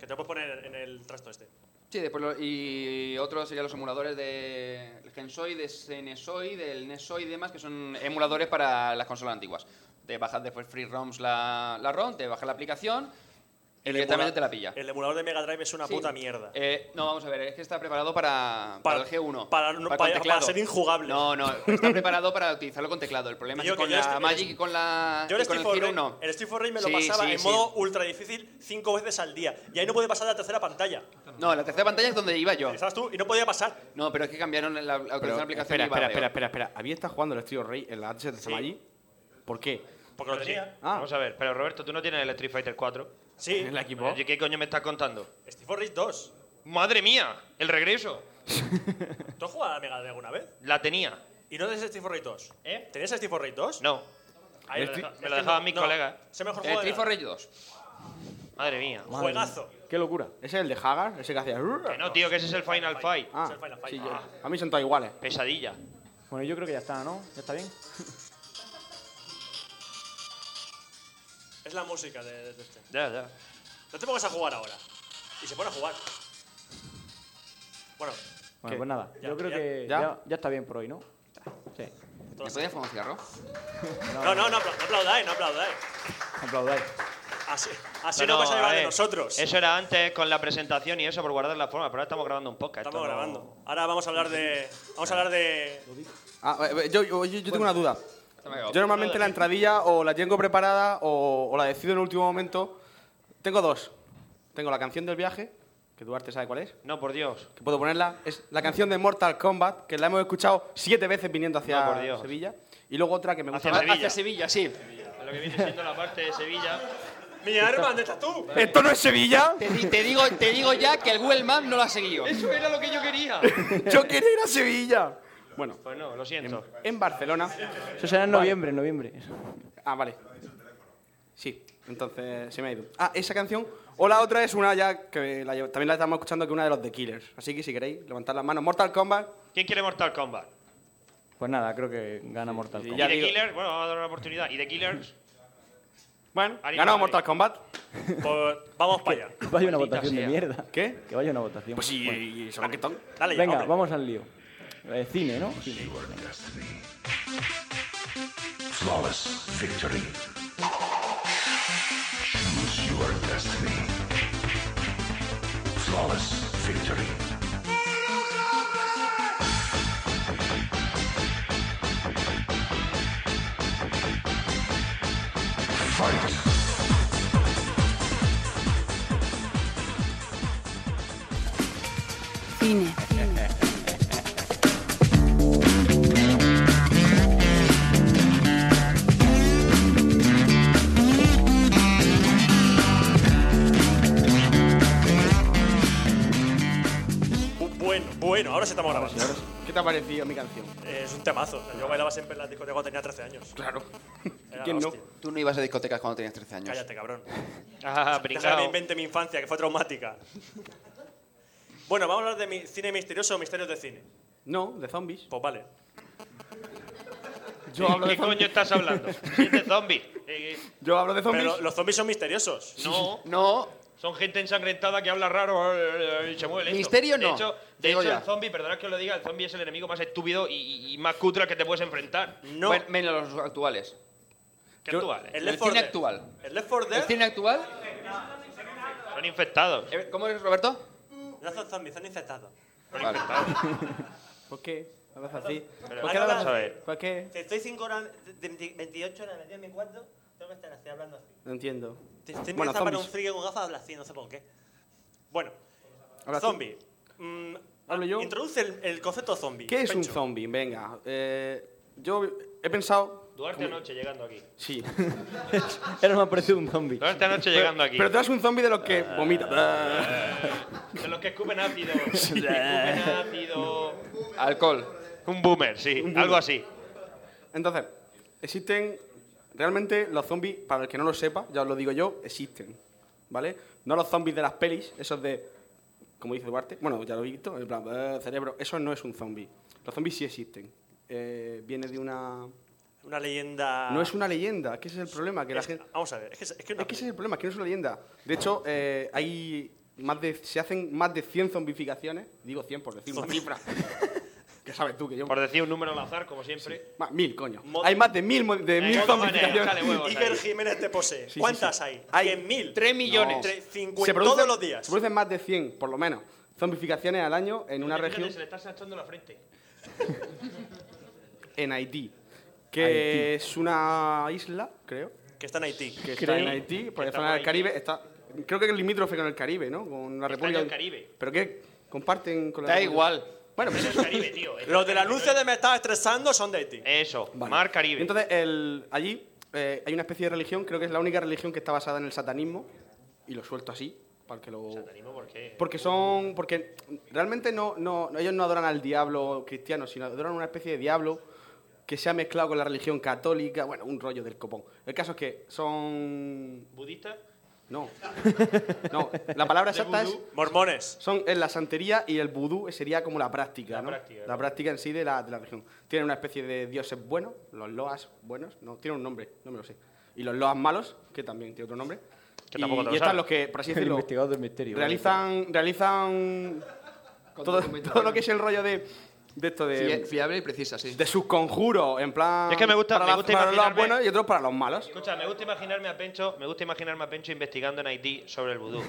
Que te lo puedes poner en el trasto este. Sí, después lo- y otros serían los emuladores de el Gensoy, de Senesoy, del Nesoy y demás, que son emuladores para las consolas antiguas. Te bajas después free ROMs la, la ROM, te bajas la aplicación y directamente emula- te la pilla. El emulador de Mega Drive es una Sí. puta mierda. Eh, no, vamos a ver, es que está preparado para, para, el G1. para- no, con para- teclado. para ser injugable. No, no, está preparado para utilizarlo con teclado. El problema Yo que es que con yo la estoy- Magic y con la. Yo y el con Steve el for Hero Ray- no. el Steve for Ray me lo Sí, pasaba sí, en sí. modo ultra difícil cinco veces al día. Y ahí no podía pasar la tercera pantalla. No, la tercera pantalla es donde iba yo. Estabas tú y no podía pasar. No, pero es que cambiaron la, la Pero, autorización de aplicación. espera, y iba espera, peor. espera, espera, espera. ¿Había estado jugando el Estudio Rey en la H de Samayi? ¿Por qué? Porque lo tenía. Ah, Vamos a ver, pero Roberto, tú no tienes el Street Fighter 4. Sí. ¿En la equipo? ¿Qué coño me estás contando? Steve for Ray 2. ¡Madre mía! ¡El regreso! ¿Tú has jugado a la Mega Drive alguna vez? La tenía. ¿Y no tenías Steve for Ray 2? ¿Eh? ¿Tenías Steve for Ray 2? No. Ahí El lo Steve- deja- me es lo que dejaban mis colegas. Es el mejor El juego de Eh, Street la- for Rage 2. Madre mía. Juegazo. Qué locura. ¿Ese es el de Hagar? ¿Ese que hacía? Que no, tío, que ese es el Final Fight. Ah, el Final Fight. sí, Ah. yo- a mí son todos iguales. Pesadilla. Bueno, yo creo que ya está, ¿no? ¿Ya está bien? Es la música de, de este. Ya, ya. No te pongas a jugar ahora. Y se pone a jugar. Bueno, Bueno, ¿Qué? pues nada. Ya, yo creo ya. que ¿Ya? ¿Ya? ya está bien por hoy, ¿no? Sí. ¿Me podías fumar un cigarro? no, no, no, apla- no aplaudáis, no aplaudáis. Aplaudáis. Así, así no, vais a llevar ver, de nosotros. Eso era antes con la presentación y eso por guardar la forma, pero ahora estamos grabando un podcast. Estamos esto no- grabando. Ahora vamos a hablar de. Vamos a hablar de. Ah, eh, yo, yo- yo tengo una duda. me ha quedado. Yo normalmente la entradilla o la tengo preparada o, o la decido en el último momento. Tengo dos. Tengo la canción del viaje, que Duarte sabe cuál es, No, por Dios. que puedo ponerla. Es la canción de Mortal Kombat, que la hemos escuchado siete veces viniendo hacia No, por Dios. Sevilla. Y luego otra que me gusta Hacia más. Sevilla. Sevilla, sí. Lo que viene siendo la parte de Sevilla. Mi arma, ¿dónde estás tú? ¿Esto no es Sevilla? Te, di- te digo, te digo ya que el Google Maps no lo ha seguido. Eso era lo que yo quería. yo quería ir a Sevilla. Bueno, Pues no, lo siento. en Barcelona. Eso será en Vale. noviembre, en noviembre. Ah, vale. Sí, entonces se me ha ido. Ah, esa canción. O la otra es una ya que la llevo- también la estamos escuchando que es una de los The Killers. Así que si queréis, levantad las manos. Mortal Kombat. ¿Quién quiere Mortal Kombat? Pues nada, creo que gana Mortal Y Kombat. The Killers, bueno, vamos a dar una oportunidad. ¿Y The Killers? Bueno, Ari ganado Madrid. Mortal Kombat. Pues vamos para allá. Vaya una Maldita votación de sea. mierda. ¿Qué? Que vaya una votación. Pues sí, Bueno, y solo que ton. Dale ya. venga, hombre. vamos al lío. Eh, cine, ¿no? Cine. Flawless victory. Choose your destiny. Flawless victory. Fight. Cine. Bu- Bueno, bueno, ahora sí estamos grabando. ¿Qué te ha parecido mi canción? Eh, Es un temazo. O sea, yo bailaba siempre en las discotecas cuando tenía 13 años. Claro. Era ¿Quién la no? hostia. Tú no ibas a discotecas cuando tenías 13 años. Cállate, cabrón. Ah, Déjame que brincao. invente mi infancia, que fue traumática. Bueno, vamos a hablar de mi cine misterioso o misterios de cine. No, de zombies. Pues vale. Yo hablo de ¿Qué coño zombies. estás hablando? Si es de zombies. Eh, eh, Yo hablo de zombies. Pero los zombies son misteriosos. no. No, Son gente ensangrentada que habla raro eh, eh, y se mueve lento. Misterio de no, Hecho, te de digo hecho, ya. el zombie, perdonad que os lo diga, el zombie es el enemigo más estúpido y- y, y más cutre al que te puedes enfrentar. No. Bueno, menos los actuales. ¿Qué Yo- actual, eh? el El Left 4 cine Dead. actual. El Left 4 El Dead. cine actual. Son infectados. eh, ¿Cómo es, Roberto? No son zombies, son infectados. Vale. Pues ¿Por qué? Hablas así. Pero- ¿Por qué Ah, hablas vamos a así? ver. ¿Por qué? Si estoy 5 horas, de- de- 28 horas metido en mi cuarto, tengo que estar así hablando así. No entiendo. Te estoy Bueno, para un zombies. frío con gafas, habla así, no sé por qué. Bueno, Habla tú. zombie. Mm, Hablo yo. Introduce el, el concepto zombie. ¿Qué es un Pencho. zombie? Venga, eh, yo he pensado, Duarte anoche llegando aquí. Sí. Era más parecido un zombie. Duarte anoche llegando aquí. Pero tú eres un zombie de los que vomita. De los que escupen ácido. Escupen ácido. Alcohol. Un boomer, sí. Algo así. Entonces, existen. Realmente los zombies, para el que no lo sepa, ya os lo digo yo, existen. ¿Vale? No los zombies de las pelis, esos de. Como dice Duarte, bueno, ya lo he visto, en plan, "Eh, cerebro, eso no es un zombie. Los zombies sí existen. Eh, viene de una. Una Ah. leyenda. No es una leyenda, que ese es el problema. Que la Es- gente... Vamos a ver, es que es, es que no- Es que ese es el problema, es que no es una leyenda. De hecho, eh, hay más de, se hacen más de 100 zombificaciones. Digo 100 por decir una Zombi- cifra. que sabes tú que yo... Por decir un número al azar, como siempre. Más, mil, coño. Mo- hay más de mil, mo- de Eh, mil modo manera, zombificaciones. échale huevos Iker ahí. Jiménez te posee. sí, ¿Cuántas sí. hay? Hay 100.000. Tres millones. No. Tre- Se 50 producen- todos los días. Se producen más de 100, por lo menos, zombificaciones al año en una Fíjate, región, Se le está sachando la frente. en Haití, que Haití. es una isla, creo, Que está en Haití. que está en Creo Haití, por que la está zona del por Caribe, está, creo que es limítrofe con el Caribe, ¿no? Con Está la en República... el Caribe. ¿Pero qué? ¿Comparten con la Da República? igual. Bueno, Es el Caribe, tío. Es el Los del Caribe, anuncio de me estás estresando son de Haití. ¿no? Eso, Vale. Mar Caribe. Entonces, el- allí eh, hay una especie de religión, creo que es la única religión que está basada en el satanismo, y lo suelto así, para que lo... Satanismo, ¿por qué? Porque son. Porque realmente no, no, ellos no adoran al diablo cristiano, sino adoran una especie de diablo que se ha mezclado con la religión católica. Bueno, un rollo del copón. El caso es que son. ¿Budista? No. No, la palabra exacta es. Mormones. Son en la santería y el vudú sería como la práctica, La ¿no? práctica, la ¿no? práctica en sí de la, de la religión. Tienen una especie de dioses buenos, los loas buenos, no, tiene un nombre, no me lo sé. Y los loas malos, que también tiene otro nombre. Que y, tampoco te lo y están sabes. los que, por así El decirlo, investigador del misterio. realizan, realizan todo, todo lo que es el rollo de, de esto Fia- de, Fiable y precisa, sí. de sus conjuros, en plan Es que me gusta- para, me la- gusta para los imaginarme- buenos y otros para los malos. Escucha, me gusta imaginarme a Pencho, me gusta imaginarme a Pencho investigando en Haití sobre el vudú.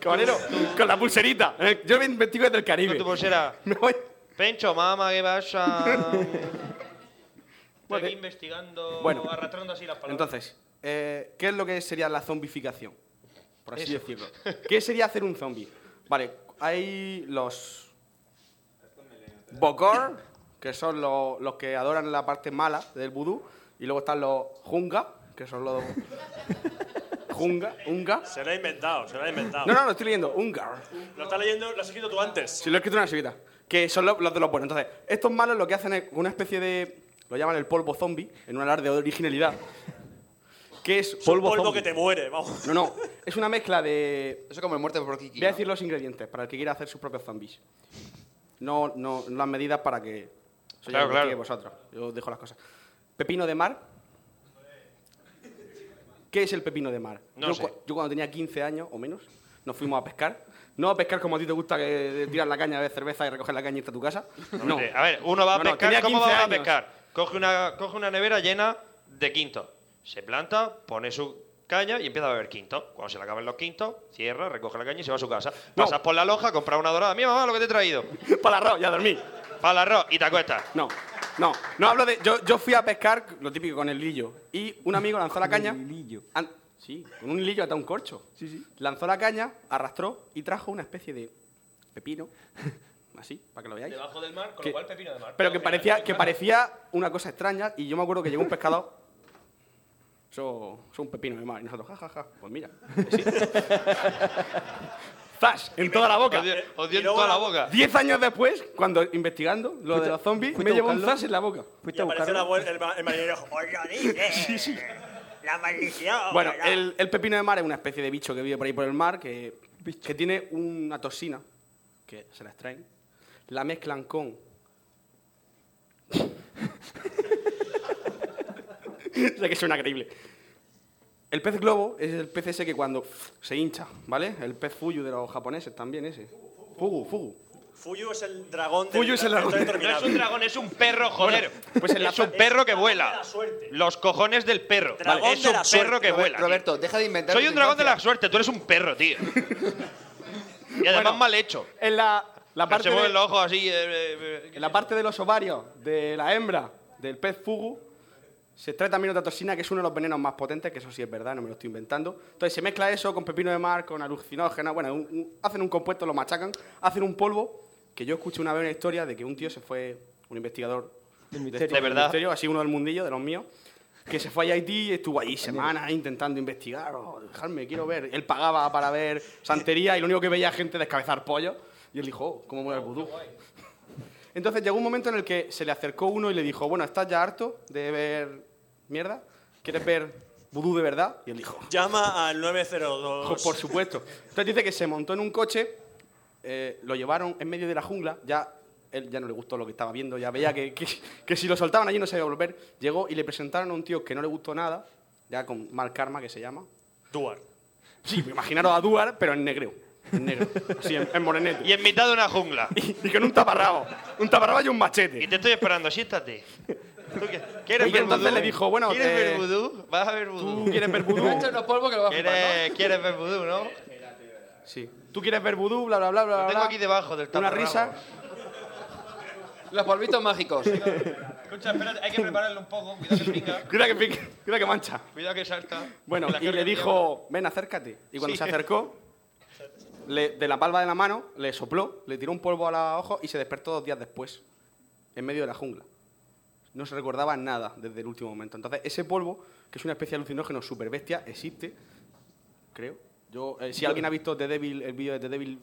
Caballero, con la pulserita. eh, Yo me investigo desde el Con Caribe. tu pulsera. Me voy. Pencho, mamá, ¿qué pasa? Estoy Bueno, aquí investigando, bueno. arrastrando así las palabras. Entonces, eh, ¿qué es lo que sería la zombificación? Por así decirlo. ¿Qué sería hacer un zombie? Vale, hay los. Bokor, que son los, los que adoran la parte mala del vudú, y luego están los Junga, que son los. Junga, Unga. Se lo ha inventado, se lo ha inventado. No, no, lo estoy leyendo, Ungar. Lo está leyendo, lo has escrito tú antes. Si lo he escrito en una servilleta. Que son los, los de los buenos. Entonces, estos malos lo que hacen es una especie de. Lo llaman el polvo zombie, en un alarde de originalidad. Que es. Es un polvo zombie. que te muere, vamos. No, no. Es una mezcla de. Eso como el muerte por Kiki. Voy a ¿no? decir los ingredientes para el que quiera hacer sus propios zombies. No, no, las medidas para que. Eso ya Claro, lo claro. decís vosotros. Yo os dejo las cosas. Pepino de mar. ¿Qué es el pepino de mar? No yo, sé. cua- yo cuando tenía 15 años o menos, nos fuimos a pescar. No a pescar como a ti te gusta que tirar la caña, beber cerveza y recoger la caña y irte a tu casa. No. Hombre, A ver, uno va a No, no, pescar, tenía ¿cómo 15 va a años. pescar? Coge una, coge una nevera llena de quintos. Se planta, pone su caña y empieza a beber quintos. Cuando se le acaban los quintos, cierra, recoge la caña y se va a su casa. No. Pasas por la loja, compras una dorada. Mira, mamá, lo que te he traído. Para arroz, ya dormí. Para el arroz y te acuestas. No, no, no hablo de. Yo, yo fui a pescar, lo típico, con el lillo. Y un amigo lanzó la Con caña. el lillo. An- sí, con un lillo hasta un corcho. Sí, sí. Lanzó la caña, arrastró y trajo una especie de pepino. Así, para que lo veáis. Debajo del mar, con Que- lo cual pepino de mar. Pero que parecía, que parecía una cosa extraña. Y yo me acuerdo que llegó un pescador. Eso eso es un pepino de mar. Y nosotros, jajaja, pues mira. sí. ¡Zas! En toda la boca. Eh, Os dio, os dio Y en luego toda la la- boca. Diez años después, cuando investigando lo de los zombies, fuiste me a llevó un buscarlo? zas en la boca. Y Fuiste a apareció la buscarlo. abuela- el, ma- el marinero. ¡Os lo dije! ¡La maldición! Bueno, ¿verdad? el, el pepino de mar es una especie de bicho que vive por ahí por el mar que, que tiene una toxina que se la extraen, la mezclan con. sé que suena creíble. El pez globo es el pez ese que cuando se hincha, ¿vale? El pez fuyu de los japoneses también ese. Fugu, fugu. Fuyu es el dragón Fuyu es el dragón. No es un dragón, es un perro, joder. pues en la es un pa- perro que de vuela. la suerte. Los cojones del perro. Dragón Vale, es de un la perro suerte. que vuela. tío. Roberto, deja de inventar. Soy tu un dragón de la infancia. suerte, tú eres un perro, tío. Y además mal hecho. En la, la parte se de- mueven los ojos así. eh, eh, eh, En la parte de los ovarios de la hembra del pez fugu se extrae también otra toxina que es uno de los venenos más potentes, que eso sí es verdad, no me lo estoy inventando. Entonces se mezcla eso con pepino de mar, con alucinógena, bueno, un- un- hacen un compuesto, lo machacan, hacen un polvo que yo escuché una vez una historia de que un tío se fue, un investigador Del de, misterio. estos De del verdad. misterio, así uno del mundillo, de los míos, que se fue allá a Haití y estuvo allí semanas intentando investigar, oh, dejarme, quiero ver. Él pagaba para ver santería y lo único que veía era gente descabezar pollo. Y él dijo, oh, ¿cómo muere el vudú? Entonces llegó un momento en el que se le acercó uno y le dijo, bueno, ¿estás ya harto de ver mierda? ¿Quieres ver vudú de verdad? Y él dijo, Llama al 902. Jo, por supuesto. Entonces dice que se montó en un coche, eh, lo llevaron en medio de la jungla, ya él ya no le gustó lo que estaba viendo, ya veía que, que- que si lo soltaban allí no se iba a volver. Llegó y le presentaron a un tío que no le gustó nada, ya con mal karma que se llama. Duar. Sí, imaginaros a Duar, pero en negro. En negro. Así, en, en morenete. Y en mitad de una jungla. y, con un taparrabo. Un taparrabo y un machete. Y te estoy esperando, siéntate. ¿Tú qué- ¿Quieres Oye, ver entonces vudú? le dijo, bueno, ¿Quieres eh, ver vudú? ¿Vas a ver vudú? ¿Tú quieres ver vudú? ¿Quieres, quieres ver vudú, no? Sí. ¿Tú quieres ver vudú? Bla, bla, bla, bla. Lo tengo bla. aquí debajo del Una taparrabo. risa. Los polvitos mágicos. Escucha, espérate, hay que prepararlo un poco. Cuidado que pica, Cuidado que, pica, cuidado que mancha. cuidado que salta. Bueno, La y carga le que dijo, ven, acércate. Y cuando Sí. se acercó, le- de la palma de la mano, le sopló, le tiró un polvo a los ojos y se despertó dos días después, en medio de la jungla. No se recordaba nada desde el último momento. Entonces, ese polvo, que es una especie de alucinógeno super bestia, existe, creo. Yo, eh, si alguien ha visto The Devil, el vídeo de The Devil,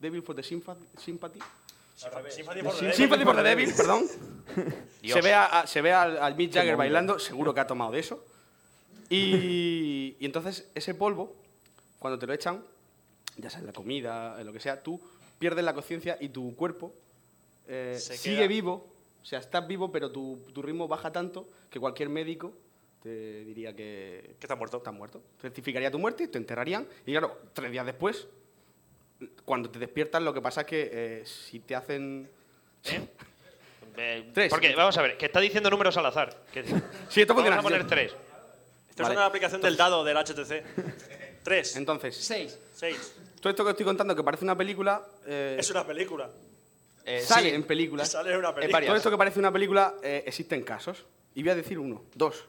Devil for the Sympha- Sympathy, Sympathy por for the Devil. Sympathy for the Devil, perdón. Dios. Se ve, a- a- se ve al, al Mick Qué Jagger momento. bailando, seguro que ha tomado de eso. Y, y entonces ese polvo, cuando te lo echan, ya sea en la comida, en lo que sea, tú pierdes la conciencia y tu cuerpo eh, Se sigue queda. vivo. O sea, estás vivo, pero tu, tu ritmo baja tanto que cualquier médico te diría que... Que está muerto. Está muerto. Certificaría tu muerte, te enterrarían y claro, tres días después, cuando te despiertas, lo que pasa es que eh, si te hacen... Eh, Tres. Porque, vamos a ver, que está diciendo números al azar. Que- Sí, esto vamos funciona a así. poner tres. Estoy usando la aplicación del dado del HTC. Tres. Entonces... Seis. Seis. Todo esto que estoy contando, que parece una película, eh, Es una película. Eh, sale en películas. Sale en una película. Todo esto que parece una película, eh, existen casos. Y voy a decir uno, dos.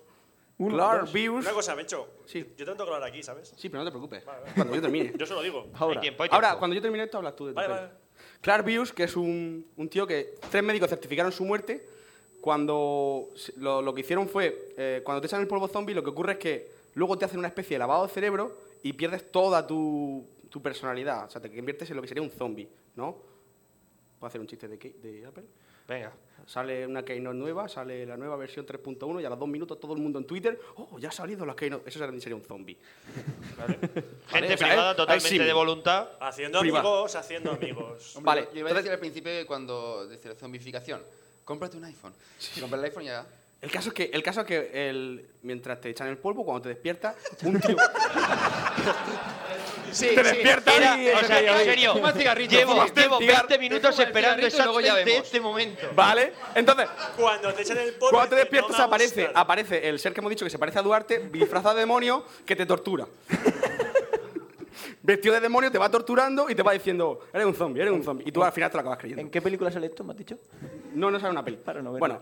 Clark Beers- Una cosa, Bencho. Yo tengo que hablar aquí, ¿sabes? Sí, pero no te preocupes. Cuando yo termine. Yo se lo digo. Ahora, ahora, cuando yo termine esto, hablas tú de tu Vale, peli. vale. Clark Bius, que es un, un tío que tres médicos certificaron su muerte, cuando se- lo, lo que hicieron fue, eh, cuando te echan el polvo zombie, lo que ocurre es que luego te hacen una especie de lavado de cerebro y pierdes toda tu, tu personalidad. O sea, te conviertes en lo que sería un zombie, ¿no? ¿Puedo hacer un chiste de, Kate- de Apple? Venga. Sale una Keynote nueva, sale la nueva versión 3.1 y a los dos minutos todo el mundo en Twitter, ¡oh, ya ha salido la Keynote! Eso sería un zombie. Gente o sea, eh, privada es- totalmente es simple. de voluntad. Haciendo Priva. amigos, haciendo amigos. Hombre, Yo iba a decir al principio que cuando decía la zombificación, cómprate un iPhone. Si compras el iPhone ya. El caso es que, el caso es que el- mientras te echan el polvo, cuando te despiertas, un tío. Sí, Te despiertas Era- y- o sea, Fuma en serio, cigarrito, llevo, fumas un llevo cigarro, 20 minutos fumas el esperando cigarrito y luego ya exactamente vemos. este momento. ¿Vale? Entonces, Cuando te echan el polvo. cuando te dices, no despiertas me ha aparece, gustado. aparece el ser que hemos dicho que se parece a Duarte, disfrazado de demonio, que te tortura. Vestido de demonio, te va torturando y te va diciendo, eres un zombie, eres un zombie. Y tú al final te lo acabas creyendo. ¿En qué película sale esto, me has dicho? No, no sale una peli. bueno,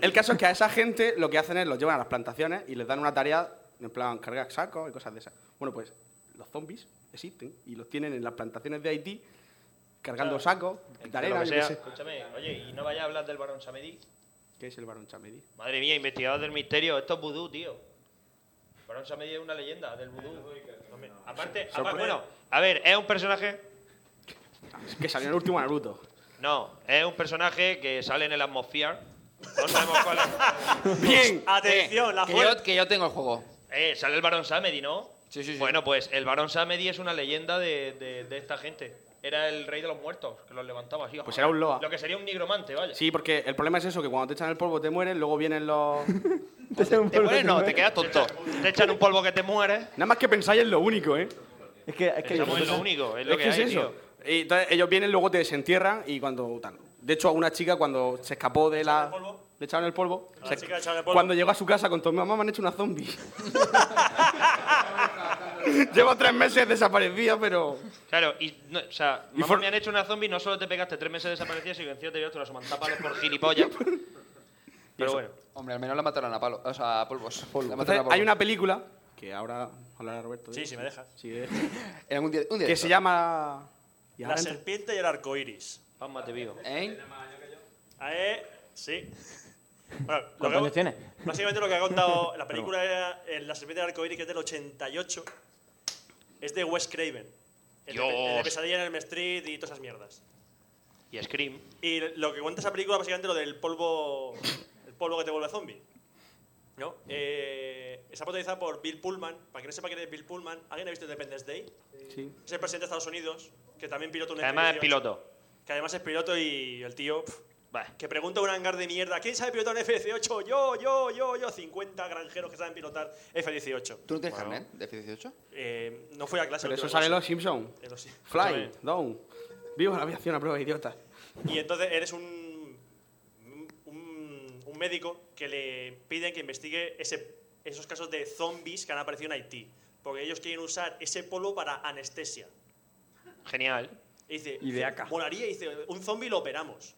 el caso es que a esa gente lo que hacen es los llevan a las plantaciones y les dan una tarea, en plan, cargar sacos y cosas de esas. Bueno, pues los zombies existen y los tienen en las plantaciones de Haití cargando Claro. sacos, de Lo arena, que yo sea. qué sé. Escúchame, oye, y no vayas a hablar del Barón Samedi. ¿Qué es el Barón Chamedi? Madre mía, investigador del misterio, esto es vudú, tío. Barón Samedi es una leyenda del vudú. Aparte, Son- aparte- bueno, a ver, es un personaje Es que salió en el último Naruto. No, es un personaje que sale en el Atmosphere. No sabemos cuál es. Bien. Atención, la Eh, Eh, que fuerza. yo, que yo tengo el juego. Eh, sale el Barón Samedi, ¿no? Sí, sí, sí. Bueno, pues el Barón Samedi es una leyenda de, de- de esta gente. Era el rey de los muertos, que los levantaba así. Pues era un loa. Lo que sería un nigromante, vaya. Sí, porque el problema es eso, que cuando te echan el polvo te mueren, luego vienen los... Te pones, no, te quedas tonto. Te echan un polvo que te mueres. Nada más que pensáis en lo único, ¿eh? Es que, es que- Pensamos en lo único, es lo que es hay, eso. tío. Y entonces ellos vienen, luego te desentierran y cuando tal. De hecho, a una chica cuando se escapó de la... Le echaron el polvo. A la se- chica le echaron el polvo. Cuando llegó a su casa contó, mi mamá me han hecho una zombie. Llevo tres meses desaparecida, pero... Claro, y, no- o sea, Y mamá, for- me han hecho una zombie, no solo te pegaste tres meses desaparecido, sino que encima te dieron las mantápalos por gilipollas. Pero bueno. Hombre, al menos la mataron a palo, o sea, a polvos. La Entonces, mataron a polvos. hay una película, que ahora hablará Roberto. de Sí, eso. si me dejas. Sí, de- En algún día- un día de que esto. se llama... y La ahora entra- serpiente y el arco iris. Palma de Vigo. ¿Eh? Eh, sí. Bueno, lo que- ¿Cuántos años tiene? Básicamente lo que ha contado la película era eh, La serpiente del arcoíris, que es del 88. Es de Wes Craven. El de, pe- el de Dios. Pesadilla en el Street y todas esas mierdas. Y Scream. Y lo que cuenta esa película básicamente lo del polvo, el polvo que te vuelve zombie. ¿No? Eh, está protagonizada por Bill Pullman. Para quien no sepa quién es Bill Pullman, ¿alguien ha visto Independence Day? Sí. Es el presidente de Estados Unidos, que también pilota un Además es F-18. piloto. Que además es piloto y el tío. pf, Que pregunta a un hangar de mierda: ¿Quién sabe pilotar un F-18? Yo, yo, yo, yo. 50 granjeros que saben pilotar F-18. ¿Tú no tienes carnet de F-18? Eh, no fui a clase. Pero la eso última sale en clase. los Simpsons. En los Simpsons. Fly, down. Viva la aviación a prueba de idiota. Y entonces eres un, un, un médico que le piden que investigue ese, esos casos de zombies que han aparecido en Haití. Porque ellos quieren usar ese polvo para anestesia. Genial. Y dice, Y de AK. molaría, y dice, un zombie lo operamos.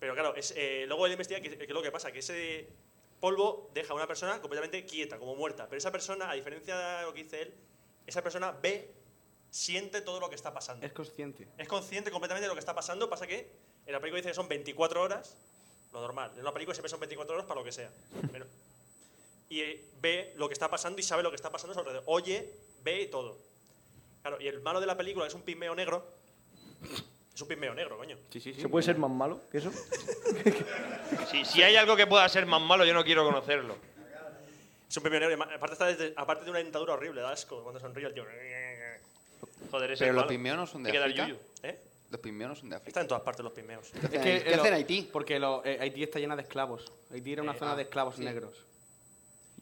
Pero claro, es, eh, luego él investiga que, que lo que pasa, que ese polvo deja a una persona completamente quieta, como muerta. Pero esa persona, a diferencia de lo que dice él, esa persona ve, siente todo lo que está pasando. Es consciente. Es consciente completamente de lo que está pasando, pasa que en la película dice que son 24 horas, lo normal. En una película siempre son 24 horas para lo que sea. Pero- y eh, ve lo que está pasando y sabe lo que está pasando a su alrededor. Oye, ve y todo. Claro, y el malo de la película es un pigmeo negro. Es un pigmeo negro, coño. ¿Se puede ser más malo que eso? Si, si hay algo que pueda ser más malo, yo no quiero conocerlo. Es un pigmeo negro. y ma- Aparte, está desde- aparte de una dentadura horrible, da asco cuando sonríe el tío. Joder, ese Pero es los malo. pigmeos no son de Hay que dar África. yuyu. ¿Eh? Los pigmeos no son de África. Está en todas partes los pigmeos. ¿Qué hacen ahí? ¿Qué hacen ahí? Haití? Porque lo- eh, Haití está llena de esclavos. Haití era una Eh, zona ah, de esclavos sí. negros.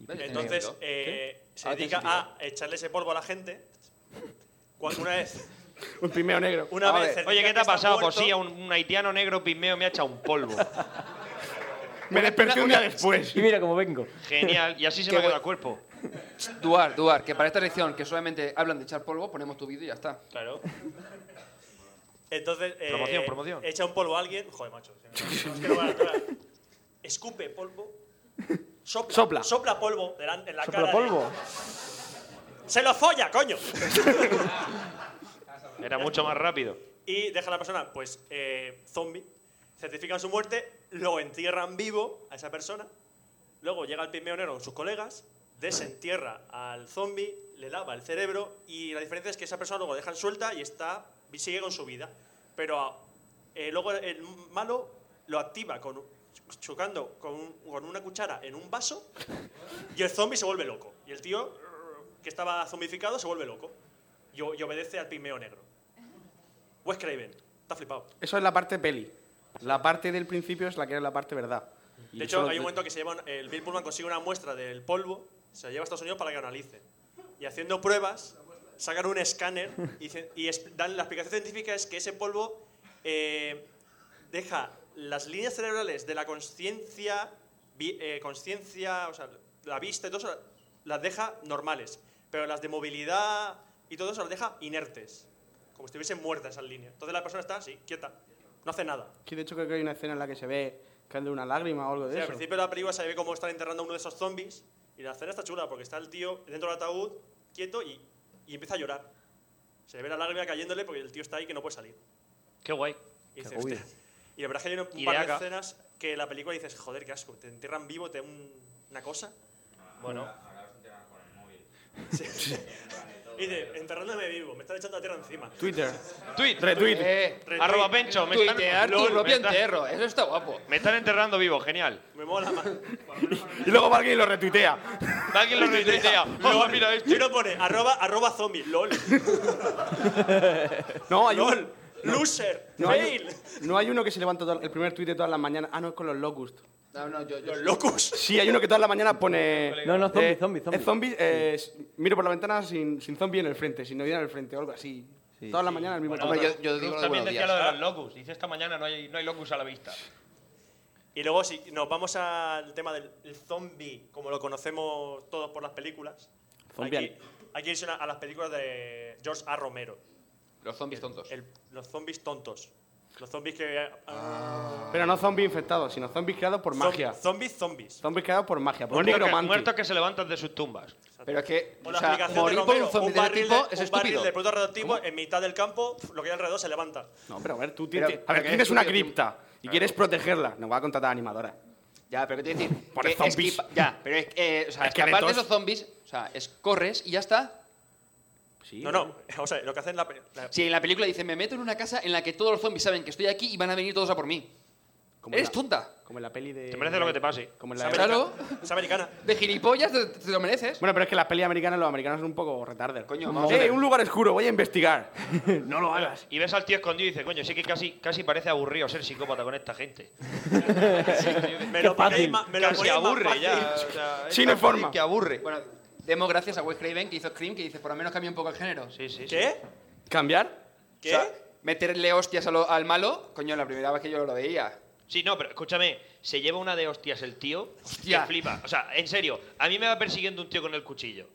Entonces, eh, se Ahora dedica tiene a echarle ese polvo a la gente. Cuando una vez Un pimeo negro. Una A vez ver. certifica Oye, ¿qué que te ha está pasado? Pues muerto. sí, a un, un haitiano negro pigmeo me ha echado un polvo. Me desperté un día después. Y mira cómo vengo. Genial. Y así se Qué me ha quedado bueno. el cuerpo. Duar, Duar, que para esta lección que solamente hablan de echar polvo, ponemos tu vídeo y ya está. Claro. Entonces, eh, Promoción, promoción. echa un polvo a alguien. Joder, macho. se me- es que no va a natural. Escupe polvo. Sopla. Sopla. polvo delan- en la ¿Sopla cara. de- polvo? ¡Se lo folla, coño! Era mucho más rápido. y deja a la persona, pues, eh, zombie. Certifican su muerte, lo entierran vivo a esa persona. Luego llega el pigmeo negro con sus colegas, desentierra al zombie, le lava el cerebro y la diferencia es que esa persona luego la dejan suelta y está y sigue con su vida. Pero ah, eh, luego el malo lo activa con, chocando con, un- con una cuchara en un vaso y el zombie se vuelve loco. Y el tío que estaba zombificado se vuelve loco y, o- y obedece al pigmeo negro. Wes Craven, está flipado. Eso es la parte peli. La parte del principio es la que es la parte verdad. Y De hecho, eso- hay un momento que se lleva, un- el Bill Pullman consigue una muestra del polvo, se la lleva a Estados Unidos para que analice. Y haciendo pruebas, sacan un escáner y, dicen- y es- dan la explicación científica es que ese polvo eh, deja las líneas cerebrales de la conciencia, vi- eh, conciencia, o sea, la vista y todo eso, las deja normales. Pero las de movilidad y todo eso las deja inertes, como si estuviesen muertas esas líneas. Entonces la persona está así, quieta, no hace nada. Sí, de hecho creo que hay una escena en la que se ve caer una lágrima o algo de Sí, al eso. principio de la película se ve cómo están enterrando a uno de esos zombies y la escena está chula porque está el tío dentro del ataúd, quieto y, y empieza a llorar. Se le ve la lágrima cayéndole porque el tío está ahí que no puede salir. Qué guay. Y, dices, agobio. "Hostia". Y la verdad es que hay un Y par de de acá. escenas que la película dices, joder, qué asco, te entierran vivo, te un- una cosa. Bueno. Sí. y dice, enterrándome vivo, me están echando la tierra encima. Twitter. Tweet. Retweet. Eh, Retweet. Arroba Pencho. Me están, Tuitear tu Lol, propio me están- entierro. Eso está guapo. Me están enterrando vivo. Genial. Me mola más. Ah, Y luego va alguien y lo retuitea. Alguien lo retuitea. Oh, mira Y este. uno pone, arroba, arroba zombie, lol, No, hay un- lol, loser, No hay, fail. no hay uno que se levanta todo- el primer tuit de todas las mañanas. Ah, no, es con los locust. No, no, yo, yo- Locus. Sí, hay uno que todas las mañanas pone... No, no, zombie, eh, zombie, zombie. Es zombie, eh, miro por la ventana sin, sin zombie en el frente, sin novedad en el frente o algo así. todas las mañanas el mismo Hombre, tuit. yo, yo digo Rus lo de también buenos decía días. Ah. lo de los locus. Dice esta mañana no hay, no hay locus a la vista. Y luego, si nos vamos al tema del el zombie, como lo conocemos todos por las películas, Zombie hay que- hay que irse a a las películas de George A. Romero, Los zombies tontos. el- los zombies tontos. Los zombies que. ah, Pero no zombies infectados, sino zombies creados por Zom- magia. Zombies, zombies. Zombies creados por magia. Por un Muertos que, nigromante. muertos que se levantan de sus tumbas. Pero es que, O la explicación de Romero, un este barril de, un barril de producto radioactivo en mitad del campo, pf, lo que hay alrededor se levanta. No, pero a ver, tú Pero- tienes, a pero ver, que tienes es una estúpido, cripta y quieres protegerla. Nos va a contratar animadora. Ya, pero ¿qué te decir? Por Que zombies. esquipa- ya, pero es que, eh, o sea, escapar de Esqueletos. esos zombies, o sea, es corres y ya está. No, no, o sea, lo que hacen la, la- Si en la película dicen, me meto en una casa en la que todos los zombies saben que estoy aquí y van a venir todos a por mí. Eres la- tonta. Como en la peli de. Te merece lo que te pase. Como en la ¿Sabes? Claro. Es americana. De gilipollas te, te lo mereces. Bueno, pero es que las pelis americanas, los americanos son un poco retarders. Coño, vamos a ¡Eh, ver. un lugar oscuro! Voy a investigar. no lo Ah. hagas. Y ves al tío escondido y dices, coño, sí que casi, casi parece aburrido ser psicópata con esta gente. me lo ponéis ma- me lo Casi ponéis más aburre fácil. ya. o sea, es Sin tan forma. fácil Que aburre. Bueno, demos gracias a Wes Craven que hizo Scream, que dice, por lo menos cambia un poco el género. Sí, sí. ¿Qué? ¿Cambiar? ¿Qué? O sea, meterle hostias a lo- al malo, coño, la primera vez que yo lo veía. Sí, no, pero escúchame, se lleva una de hostias el tío Hostia. que flipa. O sea, en serio, a mí me va persiguiendo un tío con el cuchillo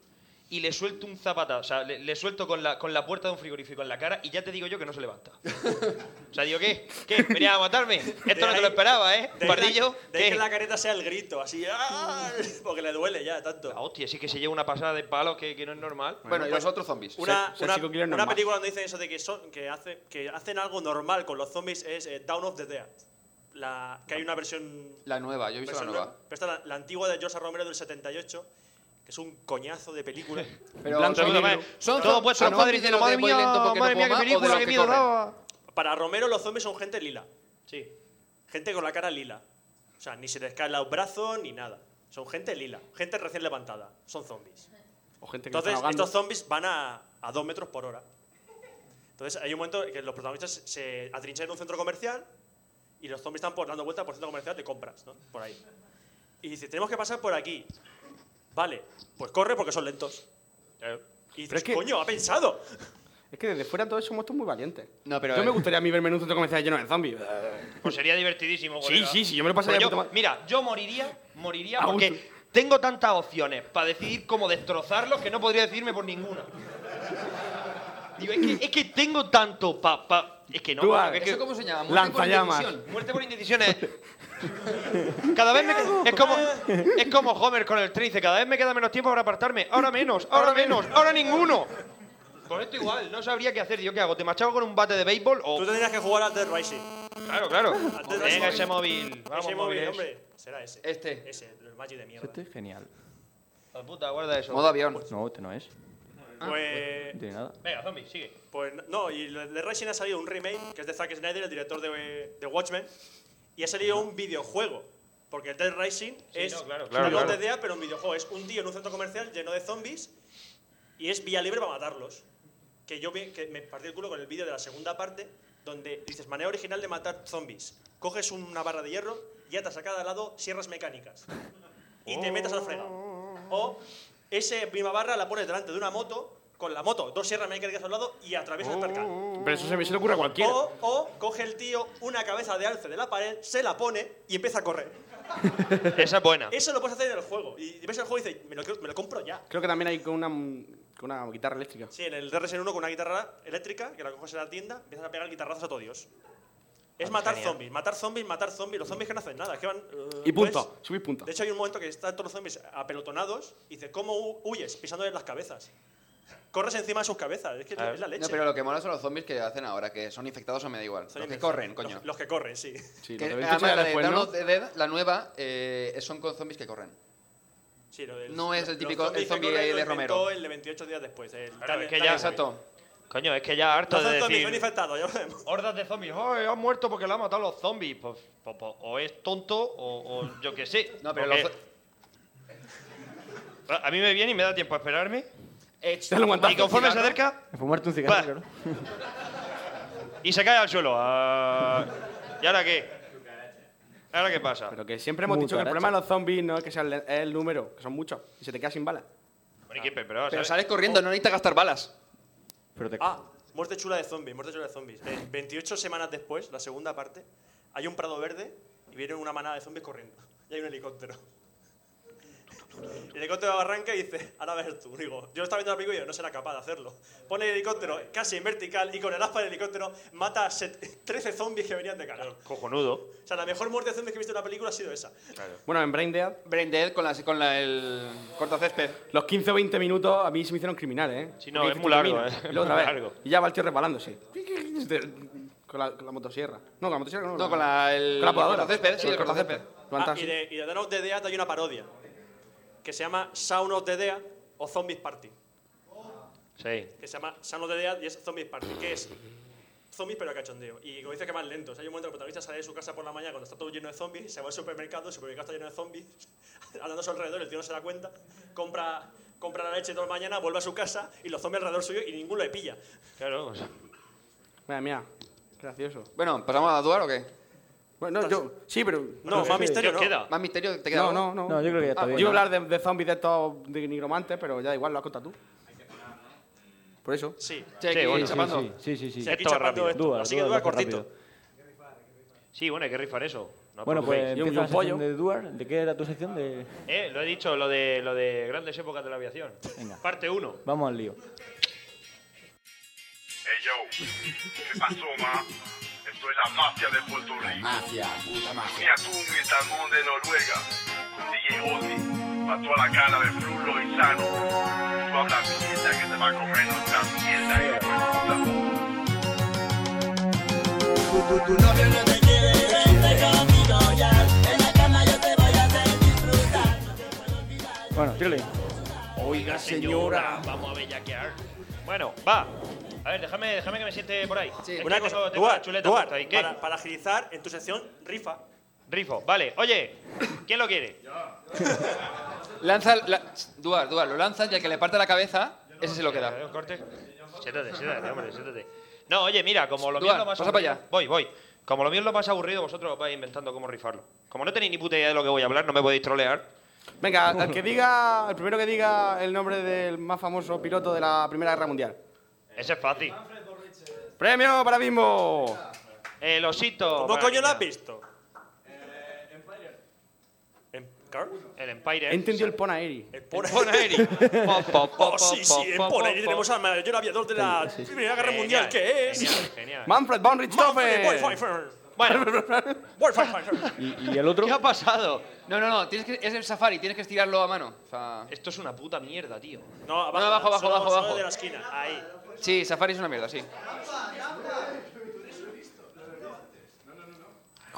y le suelto un zapata, o sea, le, le suelto con la, con la puerta de un frigorífico en la cara y ya te digo yo que no se levanta. o sea, digo, ¿qué? ¿Qué? ¿Venía a matarme? De Esto no ahí- te lo esperaba, ¿eh? de ahí la- Pardillo, De ahí ¿qué? que la careta sea el grito, así. ¡ah! Porque le duele ya tanto. Ah, hostia, sí que se lleva una pasada de palos que, que no es normal. Bueno, y los otros zombies. Una, Sex- una- Sexico Killer una normal. película donde dicen eso de que, son, que, hace, que hacen algo normal con los zombies es eh, Dawn of the Dead. La, que hay una versión. La nueva, yo he visto la versión nueva. nueva. Pero esta es la, la antigua de George Romero del 78, que es un coñazo de película. Pero Blanco son- y negro. son Todo puesto son en cuadro zombies de diciendo, los de madre voy mía, lento porque madre no mía, puedo qué más, o de película, los que qué miedo corren. daba. Para Romero, los zombies son gente lila. Sí. Gente con la cara lila. O sea, ni se les caen los brazos ni nada. Son gente lila. Gente recién levantada. Son zombies. O gente que Entonces, está ahogando. estos zombies van a, a dos metros por hora. Entonces, hay un momento en que los protagonistas se atrincheran en un centro comercial y los zombies están por, dando vueltas por el centro comercial de compras, ¿no? Por ahí. Y dice, tenemos que pasar por aquí. Vale, pues corre porque son lentos. Claro. Y dices, Pero es que- coño, ha pensado. Es que desde fuera todo eso muestra muy valiente. No, pero eh, a Yo me ver. gustaría a mí verme en un centro comercial lleno de zombies. Pues sería divertidísimo, Sí, colega. sí, sí, yo me lo pasaría Pues de yo- puta madre. Mira, yo moriría, moriría A gusto. porque tengo tantas opciones para decidir cómo destrozarlos que no podría decidirme por ninguna. Digo, es que, es que tengo tanto pa, pa- Es que no, Tú, coño, ah, que es que- ¿Eso cómo se llama? Muerte por Lanzallamas. indecisión. Muerte por indecisión es... Cada vez me queda- es como es como Homer con el tren dice, cada vez me queda menos tiempo para apartarme, ahora menos, ahora menos, ahora ninguno. Con esto igual, no sabría qué hacer, yo qué hago, te machaco con un bate de béisbol o Tú tendrías que jugar al Dead Rising. Claro, claro. Antes de Venga, los ese móvil. eh. Vamos, ese móvil, móviles. ¿eh? hombre. Será ese. Este. Ese, el Magic de mierda. Este es genial. Al puta, guarda eso. Modo avión. No, este no es. Ah, Pues, No tiene nada. Venga, zombie, sigue. Pues no, y de Dead Rising ha salido un remake que es de Zack Snyder, el director de, de Watchmen, y ha salido un videojuego. Porque el Dead Rising es no, claro, una claro, claro. TDA, pero un videojuego. Es un tío en un centro comercial lleno de zombies y es vía libre para matarlos. Que yo vi- que me partí el culo con el vídeo de la segunda parte donde dices manera original de matar zombies. Coges una barra de hierro y atas a cada lado sierras mecánicas y te metas al fregado. O esa misma barra la pones delante de una moto con la moto, dos sierras mecánicas al lado y atraviesas el percal. Pero eso se me se le ocurre a cualquiera. O, o coge el tío una cabeza de alce de la pared, se la pone y empieza a correr. Esa es buena. Eso lo puedes hacer en el juego. Y ves el juego y dices, me lo, quiero- me lo compro ya. Creo que también hay con una, con una guitarra eléctrica. Sí, en el DRS1 con una guitarra eléctrica, que la coges en la tienda, empiezas a pegar guitarrazos a todo Dios. Es Ah, matar genial. zombies, matar zombies, matar zombies. Los zombies que no hacen nada, que van. eh, Y punto, pues, subís punto. De hecho, hay un momento que están todos los zombies apelotonados y dices, ¿cómo hu- huyes? Pisándoles las cabezas. Corres encima de sus cabezas, es que Claro. es la leche. No, pero lo que mola son los zombies que hacen ahora, que son infectados o me da igual. Son los que inmensos. corren, Los- coño. Los, que corren, sí. Sí, Que, lo que habéis además, dicho la ya de después, Dawn ¿no? of the Dead, la nueva, eh, son con zombies que corren. Sí, lo del- No es el los típico- el zombies que zombie corren de- lo de inventó Romero. El de 28 días después. El Claro, es que ya- Tyler- Tyler Perry. Exacto. Coño, es que ya harto Los de zombies son decir... infectados, ya lo vemos. Hordas de zombies. Oh, han muerto porque lo han matado los zombies. Pues, pues- pues, o es tonto o, o yo qué sé. No, pero Porque- los zo- A mí me viene y me da tiempo a esperarme. Dale un guantazo. Y conforme se acerca, Fumarte un cigarrillo, Va. ¿no? y se cae al suelo. Ah, ¿Y ahora qué? ¿Ahora qué pasa? Pero que siempre hemos dicho que el Cucaracha. problema de los zombies no es que sean le- es el número, que son muchos, y se te queda sin balas. Bueno, ¿y qué- pero, Pero ¿sabes? sales corriendo, no necesitas gastar balas. Pero te... Ah, muerte chula de zombies, muerte chula de zombies. Ve- 28 semanas después, la segunda parte, hay un prado verde y viene una manada de zombies corriendo. Y hay un helicóptero. El helicóptero arranca y dice, ahora ves tú. Digo, yo estaba viendo la película y yo no será capaz de hacerlo. Pone el helicóptero casi en vertical y con el aspa del helicóptero mata a set- 13 zombies que venían de cara. Cojonudo. O sea, la mejor muerte de zombies que he visto en la película ha sido esa. Bueno, en Brain Dead. Brain Dead con, la, con la, el cortocésped. Los 15 o 20 minutos a mí se me hicieron criminales, ¿eh? Sí, no, Porque es dices, muy largo, termina, ¿eh? y luego otra Muy vez. largo. Y ya va el tío resbalándose. Con la, con la motosierra. No, con la motosierra no. No, con la- el- con la podadora. el cortacésped, sí, Con el cortacésped. Levanta Ah, así. y, de, y de Dawn of the Dead hay una parodia que se llama Sound of the Dead o Zombies Party. Sí. Que se llama Sound of the Dead y es Zombies Party, que es zombies pero a cachondeo. Y como dice que más lento. O sea, hay un momento que el protagonista sale de su casa por la mañana cuando está todo lleno de zombies, se va al supermercado, el supermercado está lleno de zombies, andando a su alrededor, el tío no se da cuenta, compra, compra la leche toda la mañana, vuelve a su casa y los zombies alrededor suyo y ninguno le pilla. Claro. Mira, mira. Gracioso. Bueno, ¿pasamos a Duar o qué? Bueno, yo. Sí, pero. No, más misterio no. queda? Más misterio te queda. No, algo? no, no. No, yo creo que ya está Ah, bien, Yo ¿no? iba a hablar de, de zombies de estos de nigromantes, pero ya da igual, lo has contado tú. Por eso. Sí. Sí, aquí bueno, chapando. Sí, sí, sí. Sí, aquí Esto va chapando rápido. esto. Dúa, Así que dúa, dúa dúa cortito. rápido. Sí, bueno, hay que rifar eso. No os Bueno, pues preocupéis. empieza la sección de Duar. ¿De qué era tu sección? De... Eh, lo he dicho, lo de, lo de grandes épocas de la aviación. Venga. Parte 1. Vamos al lío. Hey yo, ¿qué pasó, ma? Esto es la mafia de Puerto Rico. Mafia, puta mafia. Mira tú, mi talmón de Noruega. Con DJ Ozzy. Pa' toda la cara de Frulo y Sano. Tú hablas mierda que te va a comer nuestra mierda, eh. hijo de puta. Tu novio no te quiere, vente conmigo ya. En la cama yo te voy a hacer disfrutar. Bueno, síguele. Oiga, señora, vamos a bellaquear. Bueno, va. A ver, déjame, déjame que me siente por ahí. Es que Una tengo- cosa, tengo Duar, la chuleta Duar, puesta ahí. ¿Qué? para, para agilizar, en tu sección, rifa. Rifo, vale. Oye, ¿quién lo quiere? Lanza. La... Duar, Duar, lo lanzas y el que le parte la cabeza, ese se lo queda. Eh, ¿Un corte? Siéntate, siéntate, hombre, siéntate. No, oye, mira, como lo mío Duar, es lo más pasa para aburrido. allá. Voy, voy. Como lo mío es lo más aburrido, vosotros vais inventando cómo rifarlo. Como no tenéis ni puta idea de lo que voy a hablar, no me podéis trolear. Venga, el que diga, el primero que diga el nombre del más famoso piloto de la Primera Guerra Mundial. Ese es fácil. Premio para Bimbo. El osito. ¿Cómo coño lo la has visto? El Empire. He entendido el Ponaeri. El Ponaeri. Po, po, po, Oh, sí, sí, en Poneri tenemos al mayor aviador de la Primera Guerra Genial, Mundial, que es. genial, genial. Manfred von Richthofen. Manfred von Richthofen. Bueno. ¿Y, el otro? ¿Qué ha pasado? No, no, no, tienes que... es el safari, tienes que estirarlo a mano. O sea... Esto es una puta mierda, tío. No, abajo, No, abajo, abajo, solo- abajo, solo abajo. de la esquina, ahí. Sí, safari es una mierda, sí.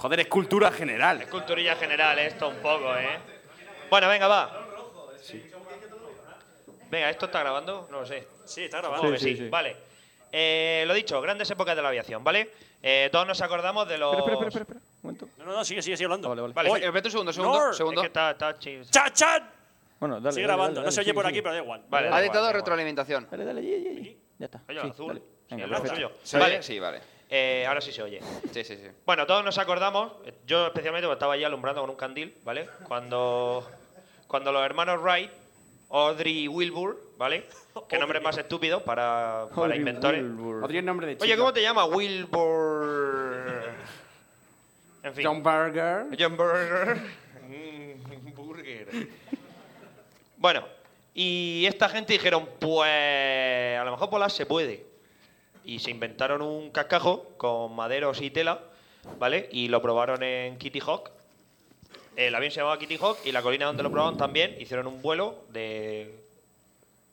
Joder, es cultura general. Es culturilla general esto un poco, ¿eh? Bueno, venga, va. Venga, ¿esto está grabando? No lo sé. Sí, está Supongo grabando. que sí. Vale. Eh, lo dicho, grandes épocas de la aviación, ¿vale? Eh, todos nos acordamos de los... Espera, espera, espera, espera. Un momento. No, no, no, sigue, sigue, sigue hablando. Vale, Vale, Oye, espérate un segundo, segundo, segundo, segundo. no, segundo. es que está, está ¡Chat, chat! Bueno, dale. Sigue dale, grabando, dale, no se dale, oye por sigue, aquí, sigue. pero da igual. Vale, ha dictado retroalimentación. Dale, dale, ye, ye, ye. Ya está. Oye, Sí, azul. dale. Sí, Venga, pues, el azul perfecto. yo. ¿Se Vale. oye? Sí, vale. Eh, ahora sí se oye. Sí, sí, sí. Bueno, todos nos acordamos, eh, yo especialmente porque estaba allí alumbrando con un candil, ¿vale? Cuando, cuando los hermanos Wright, Audrey y Wilbur, ¿vale? Qué nombre más estúpido para, para Audrey inventores. Wilbur. Audrey es nombre de Oye, chica. ¿cómo te llamas? Wilbur. En fin. John Burger. John Burger. Mm, burger. Bueno, y esta gente dijeron, pues a lo mejor volar se puede. Y se inventaron un cascajo con maderos y tela, ¿vale? Y lo probaron en Kitty Hawk. El avión se llamaba Kitty Hawk y la colina donde lo probaron también hicieron un vuelo de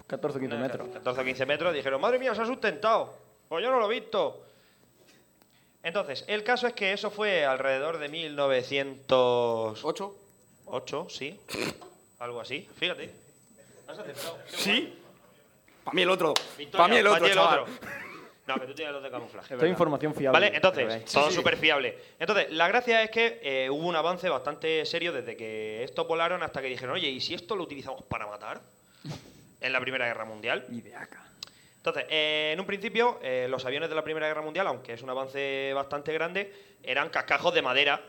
14 15 metros. 14 o 15 metros, dijeron, madre mía, se ha sustentado. Pues yo no lo he visto. Entonces, el caso es que eso fue alrededor de 1908. 8, sí. Algo así. Fíjate. Has aceptado. ¿Sí? Para mí el otro. Victoria, Para mí el pa' otro, chaval. No, que tú tienes los de camuflaje. Esto es información fiable. Vale, entonces, Pero, eh, todo sí, sí. súper fiable. Entonces, la gracia es que eh, hubo un avance bastante serio desde que estos volaron hasta que dijeron, oye, ¿y si esto lo utilizamos para matar? En la Primera Guerra Mundial. Entonces, eh, en un principio, eh, los aviones de la Primera Guerra Mundial, aunque es un avance bastante grande, eran cascajos de madera.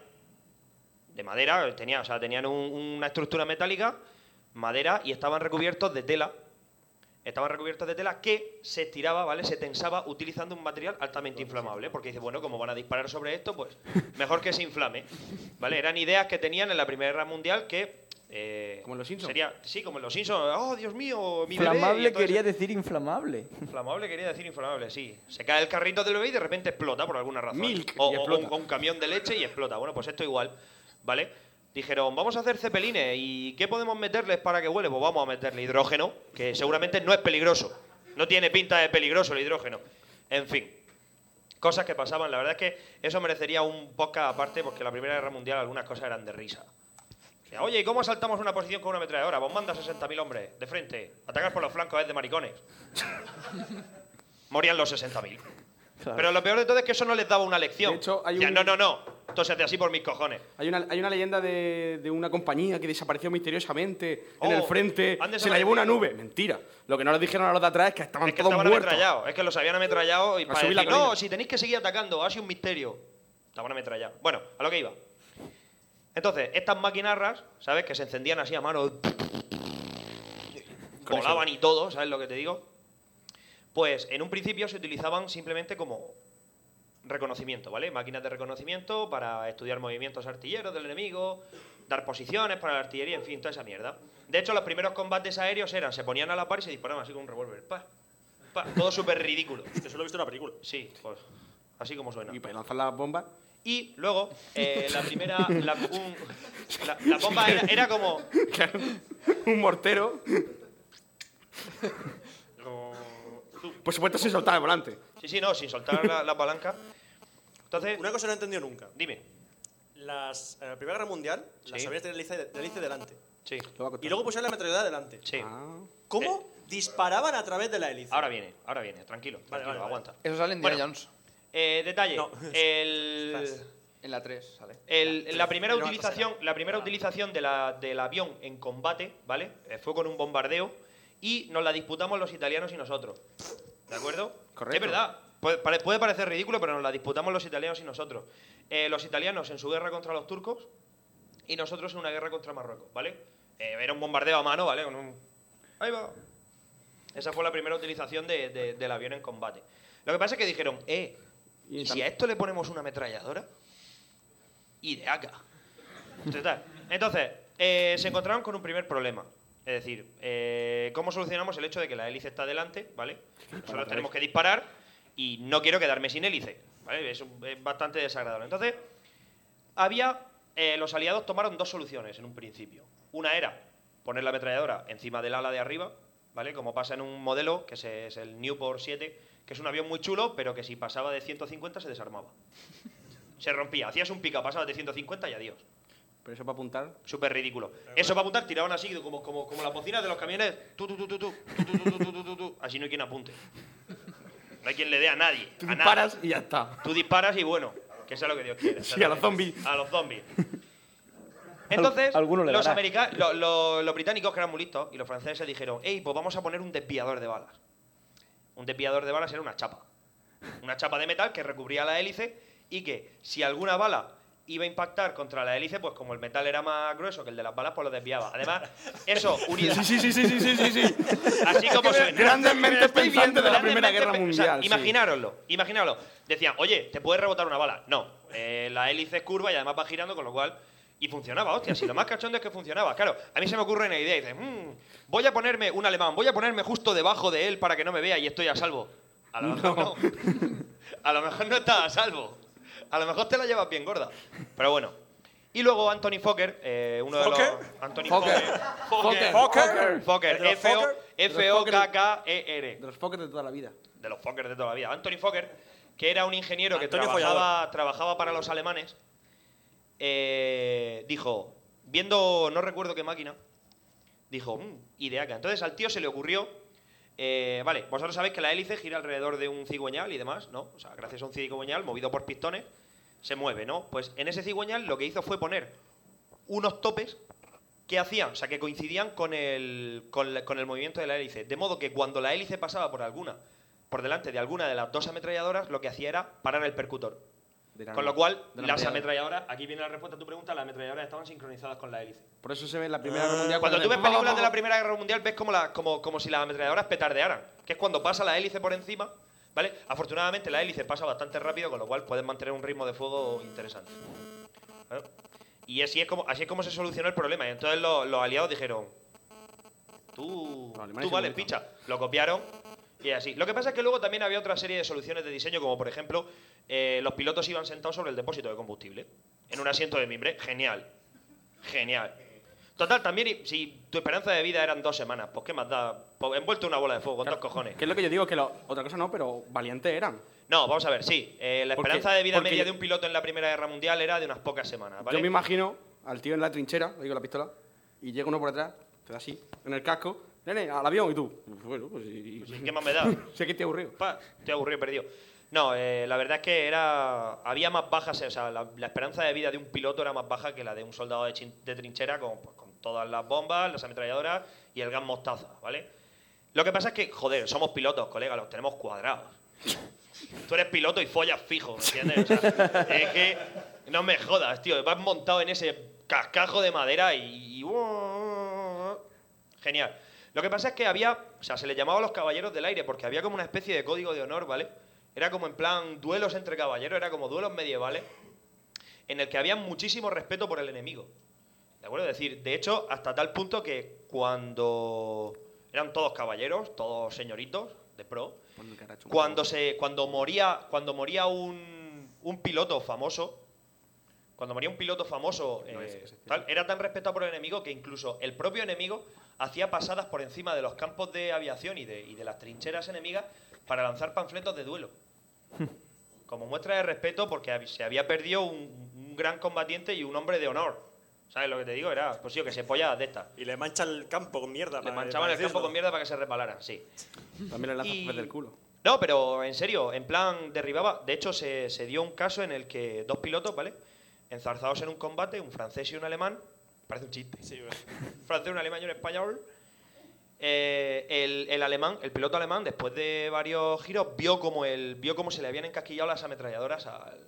De madera, tenía, o sea, tenían un- una estructura metálica, madera, y estaban recubiertos de tela. Estaban recubiertos de tela que se estiraba, ¿vale? Se tensaba utilizando un material altamente Pues inflamable. Porque dice, bueno, como van a disparar sobre esto, pues mejor que se inflame. ¿Vale? Eran ideas que tenían en la Primera Guerra Mundial que eh, Como en los Simpsons. Sería, sí, como en los Simpsons. Oh, Dios mío, mi bebé", y Inflamable entonces- quería decir inflamable. Inflamable quería decir inflamable, sí. Se cae el carrito del bebé y de repente explota por alguna razón. Milk, o y o explota. Un, o un camión de leche y explota. Bueno, pues esto igual, ¿vale? Dijeron, vamos a hacer cepelines y ¿qué podemos meterles para que huele? Pues vamos a meterle hidrógeno, que seguramente no es peligroso. No tiene pinta de peligroso el hidrógeno. En fin, cosas que pasaban. La verdad es que eso merecería un podcast aparte porque en la Primera Guerra Mundial algunas cosas eran de risa. Que, Oye, ¿y cómo asaltamos una posición con una ametralladora? Vos mandas 60.000 hombres de frente. Atacar por los flancos es de maricones. Morían los 60.000. Pero lo peor de todo es que eso no les daba una lección. De hecho, hay Ya, un- no, no, no. Entonces, así por mis cojones. Hay una, hay una leyenda de, de una compañía que desapareció misteriosamente en el Oh, frente. han Se la llevó una nube. desaparecido. Mentira. Lo que no les dijeron a los de atrás es que estaban Que todos estaban muertos. ametrallados. Es que los habían ametrallado y A para subir la decir, no, colina". si tenéis que seguir atacando, ha sido un misterio. Estaban ametrallados. Bueno, a lo que iba. Entonces, estas maquinarras, ¿sabes? Que se encendían así a mano. Con eso. Volaban y todo, ¿sabes lo que te digo? Pues en un principio se utilizaban simplemente como reconocimiento, ¿vale? Máquinas de reconocimiento para estudiar movimientos artilleros del enemigo, dar posiciones para la artillería, en fin, toda esa mierda. De hecho, los primeros combates aéreos eran, se ponían a la par y se disparaban así con un revólver. Pa, pa, todo súper ridículo. Yo solo he visto una película. Sí, pues así como suena. Y para lanzar las bombas. Y luego, eh, la primera... La, un- la- la bomba era, era como... Claro, un mortero. Por supuesto, sin soltar el volante. Sí, sí, no, sin soltar la, la palanca. Entonces... Una cosa no he entendido nunca. Dime. Las, en la Primera Guerra Mundial, las Sí. habían del hélice del hélice delante. Sí. Y luego pusieron la metralladora delante. Sí. Ah. Eh. ¿Cómo disparaban a través de la hélice? Ahora viene, ahora viene, tranquilo, tranquilo, vale, vale. aguanta. Eso sale en Indiana Bueno, Jones. Eh, detalle. No. El, En la 3 sale. el- la primera Pero no utilización, la primera utilización de la- del avión en combate, ¿vale? Eh, Fue con un bombardeo y nos la disputamos los italianos y nosotros. ¿De acuerdo? Correcto. Es verdad. Puede, pare- puede parecer ridículo, pero nos la disputamos los italianos y nosotros. Eh, los italianos en su guerra contra los turcos y nosotros en una guerra contra Marruecos, ¿vale? Eh, era un bombardeo a mano, ¿vale? Con un- Ahí va. Esa fue la primera utilización de- de- del avión en combate. Lo que pasa es que dijeron, eh, ¿y si a esto le ponemos una ametralladora? Y de acá. Total. Entonces, eh, se encontraron con un primer problema. Es decir, eh, ¿cómo solucionamos el hecho de que la hélice está delante? ¿Vale? Nosotros tenemos que disparar y no quiero quedarme sin hélice. ¿vale? Es, un- es bastante desagradable. Entonces, había. eh, los aliados tomaron dos soluciones en un principio. Una era poner la ametralladora encima del ala de arriba, ¿vale? Como pasa en un modelo, que se- es el Newport 7, que es un avión muy chulo, pero que si pasaba de 150 se desarmaba. Se rompía, hacías un pica, pasabas de 150 y adiós. Pero eso para apuntar. Súper ridículo. Eso va a apuntar, tiraban así, como, como, como las bocinas de los camiones. Tú, tú, tú, tú, tú, tú, tú, tú, tú, tú, tú, tú. Así no hay quien apunte. No hay quien le dé a nadie. Tú a nada. disparas y ya está. Tú disparas y bueno, que sea lo que Dios quiera. Sí, a los zombies. A los zombies. Entonces, Al- alguno le los, dará. america- lo- lo- los británicos, que eran muy listos, y los franceses dijeron, hey, pues vamos a poner un desviador de balas. Un desviador de balas era una chapa. Una chapa de metal que recubría la hélice y que si alguna bala iba a impactar contra la hélice, pues como el metal era más grueso que el de las balas, pues lo desviaba. Además, eso unido... Sí, sí, sí, sí, sí, sí, sí, sí. Así como Es que me- suena. grandes mentes Estoy pensantes viendo, de la grandes Primera mentes Guerra pe- Mundial, sí. Imaginároslo, imaginároslo. Decían, oye, ¿te puede rebotar una bala? No, eh, la hélice es curva y además va girando, con lo cual... Y funcionaba, hostia, si lo más cachondo es que funcionaba. Claro, a mí se me ocurre una idea y dices, "Mm, voy a ponerme un alemán, voy a ponerme justo debajo de él para que no me vea y estoy a salvo. A lo mejor no. A lo mejor no estás a salvo. A lo mejor te la llevas bien gorda. Pero bueno. Y luego Anthony Fokker, eh, uno de los... ¿Fokker? Anthony Fokker. Fokker. Fokker. Fokker. Fokker. Fokker. ¿El de los F-O- Fokker? F-O-K-K-E-R. De los Fokker de toda la vida. De los Fokker de toda la vida. Anthony Fokker, que era un ingeniero que Antonio trabajaba, trabajaba para los alemanes, eh, dijo, viendo no recuerdo qué máquina, dijo, "Mm, ideaca. Entonces al tío se le ocurrió, eh, vale, vosotros sabéis que la hélice gira alrededor de un cigüeñal y demás, ¿no? O sea, gracias a un cigüeñal movido por pistones, se mueve, ¿no? Pues en ese cigüeñal lo que hizo fue poner unos topes que hacían, o sea, que coincidían con el, con, la- con el movimiento de la hélice. De modo que cuando la hélice pasaba por alguna, por delante de alguna de las dos ametralladoras, lo que hacía era parar el percutor. Con lo cual, las ametralladoras, aquí viene la respuesta a tu pregunta, las ametralladoras estaban sincronizadas con la hélice. Por eso se ve en la Primera Guerra Mundial. ah, Cuando tú ves hacen- películas de la Primera Guerra Mundial, ves como, la, como, como si las ametralladoras petardearan, que es cuando pasa la hélice por encima, ¿vale? Afortunadamente la hélice pasa bastante rápido, con lo cual puedes mantener un ritmo de fuego interesante. ¿Vale? ¿Eh? Y así es como, así es como se solucionó el problema. Y entonces lo- los, aliados dijeron, tú, tú alemanes vales son muy picha. Lo copiaron y así. Lo que pasa es que luego también había otra serie de soluciones de diseño, como por ejemplo, eh, los pilotos iban sentados sobre el depósito de combustible, en un asiento de mimbre. Genial. Genial. Total, también y- si tu esperanza de vida eran dos semanas, pues qué más da. Pues, envuelto en una bola de fuego, con dos cojones. Que es lo que yo digo, que lo- otra cosa no, pero valientes eran. No, vamos a ver, sí. eh, la Porque- esperanza de vida porque media yo- de un piloto en la Primera Guerra Mundial era de unas pocas semanas, ¿vale? Yo me imagino al tío en la trinchera, le digo la pistola, y llega uno por atrás, te da así, en el casco, nene, al avión, y tú. Bueno, pues y, Sí, ¿Qué más me da? sé que te aburrido. Pa, estoy aburrido, perdido. No, eh, la verdad es que era había más bajas, o sea, la, la esperanza de vida de un piloto era más baja que la de un soldado de, chin- de trinchera con, pues, con todas las bombas, las ametralladoras y el gas mostaza, ¿vale? Lo que pasa es que, joder, somos pilotos, colega, los tenemos cuadrados. Tú eres piloto y follas fijo, ¿me ¿entiendes? O sea, es que no me jodas, tío, vas montado en ese cascajo de madera y... Genial. Lo que pasa es que había, o sea, se le llamaba los caballeros del aire porque había como una especie de código de honor, ¿vale? Era como en plan duelos entre caballeros, era como duelos medievales en el que había muchísimo respeto por el enemigo. ¿De acuerdo? Es decir, de hecho, hasta tal punto que cuando eran todos caballeros, todos señoritos de pro, cuando se cuando moría cuando moría un, un piloto famoso cuando moría un piloto famoso eh, tal, era tan respetado por el enemigo que incluso el propio enemigo hacía pasadas por encima de los campos de aviación y de, y de las trincheras enemigas para lanzar panfletos de duelo como muestra de respeto porque hab- se había perdido un, un gran combatiente y un hombre de honor ¿Sabes lo que te digo? Era, pues sí, que se polla de esta. Y le manchan el campo con mierda. Le para- manchaban para el campo decirlo. con mierda para que se resbalaran, sí. También le lanzas Y- desde el culo. No, pero en serio, en plan derribaba. De hecho, se, se dio un caso en el que dos pilotos, ¿vale? Enzarzados en un combate, un francés y un alemán. Parece un chiste. un francés, un alemán y un español. Eh, el, el alemán, el piloto alemán, después de varios giros, vio como el, vio cómo se le habían encasquillado las ametralladoras al,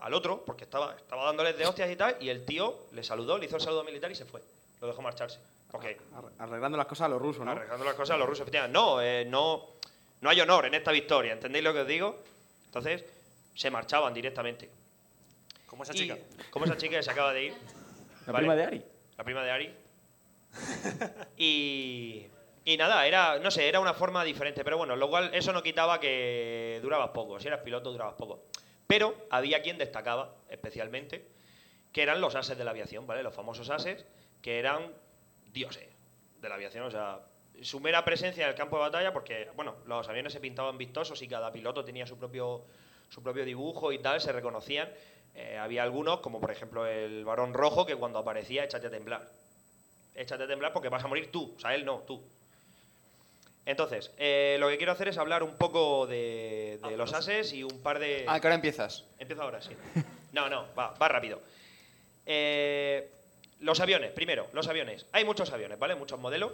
al otro, porque estaba, estaba dándoles de hostias y tal, y el tío le saludó, le hizo el saludo militar y se fue. Lo dejó marcharse. Porque Arreglando las cosas a los rusos, ¿no? arreglando las cosas a los rusos. efectivamente. No, eh, no, no hay honor en esta victoria, ¿entendéis lo que os digo? Entonces, se marchaban directamente. Como esa chica. Como esa chica que se acaba de ir. La Vale. prima de Ari. La prima de Ari. y, y nada, era, no sé, era una forma diferente, pero bueno, lo cual eso no quitaba que durabas poco, si eras piloto durabas poco. Pero había quien destacaba especialmente, que eran los ases de la aviación, ¿vale? Los famosos ases, que eran dioses de la aviación, o sea, su mera presencia en el campo de batalla, porque, bueno, los aviones se pintaban vistosos y cada piloto tenía su propio, su propio dibujo y tal, se reconocían. Eh, había algunos, como por ejemplo el varón rojo, que cuando aparecía, échate a temblar. Échate a temblar porque vas a morir tú, o sea, él no, tú. Entonces, eh, lo que quiero hacer es hablar un poco de, de los ases y un par de... Ah, que ahora empiezas. Empiezo ahora, sí. No, no, va, va rápido. Eh, los aviones, primero, los aviones. Hay muchos aviones, ¿vale? Muchos modelos.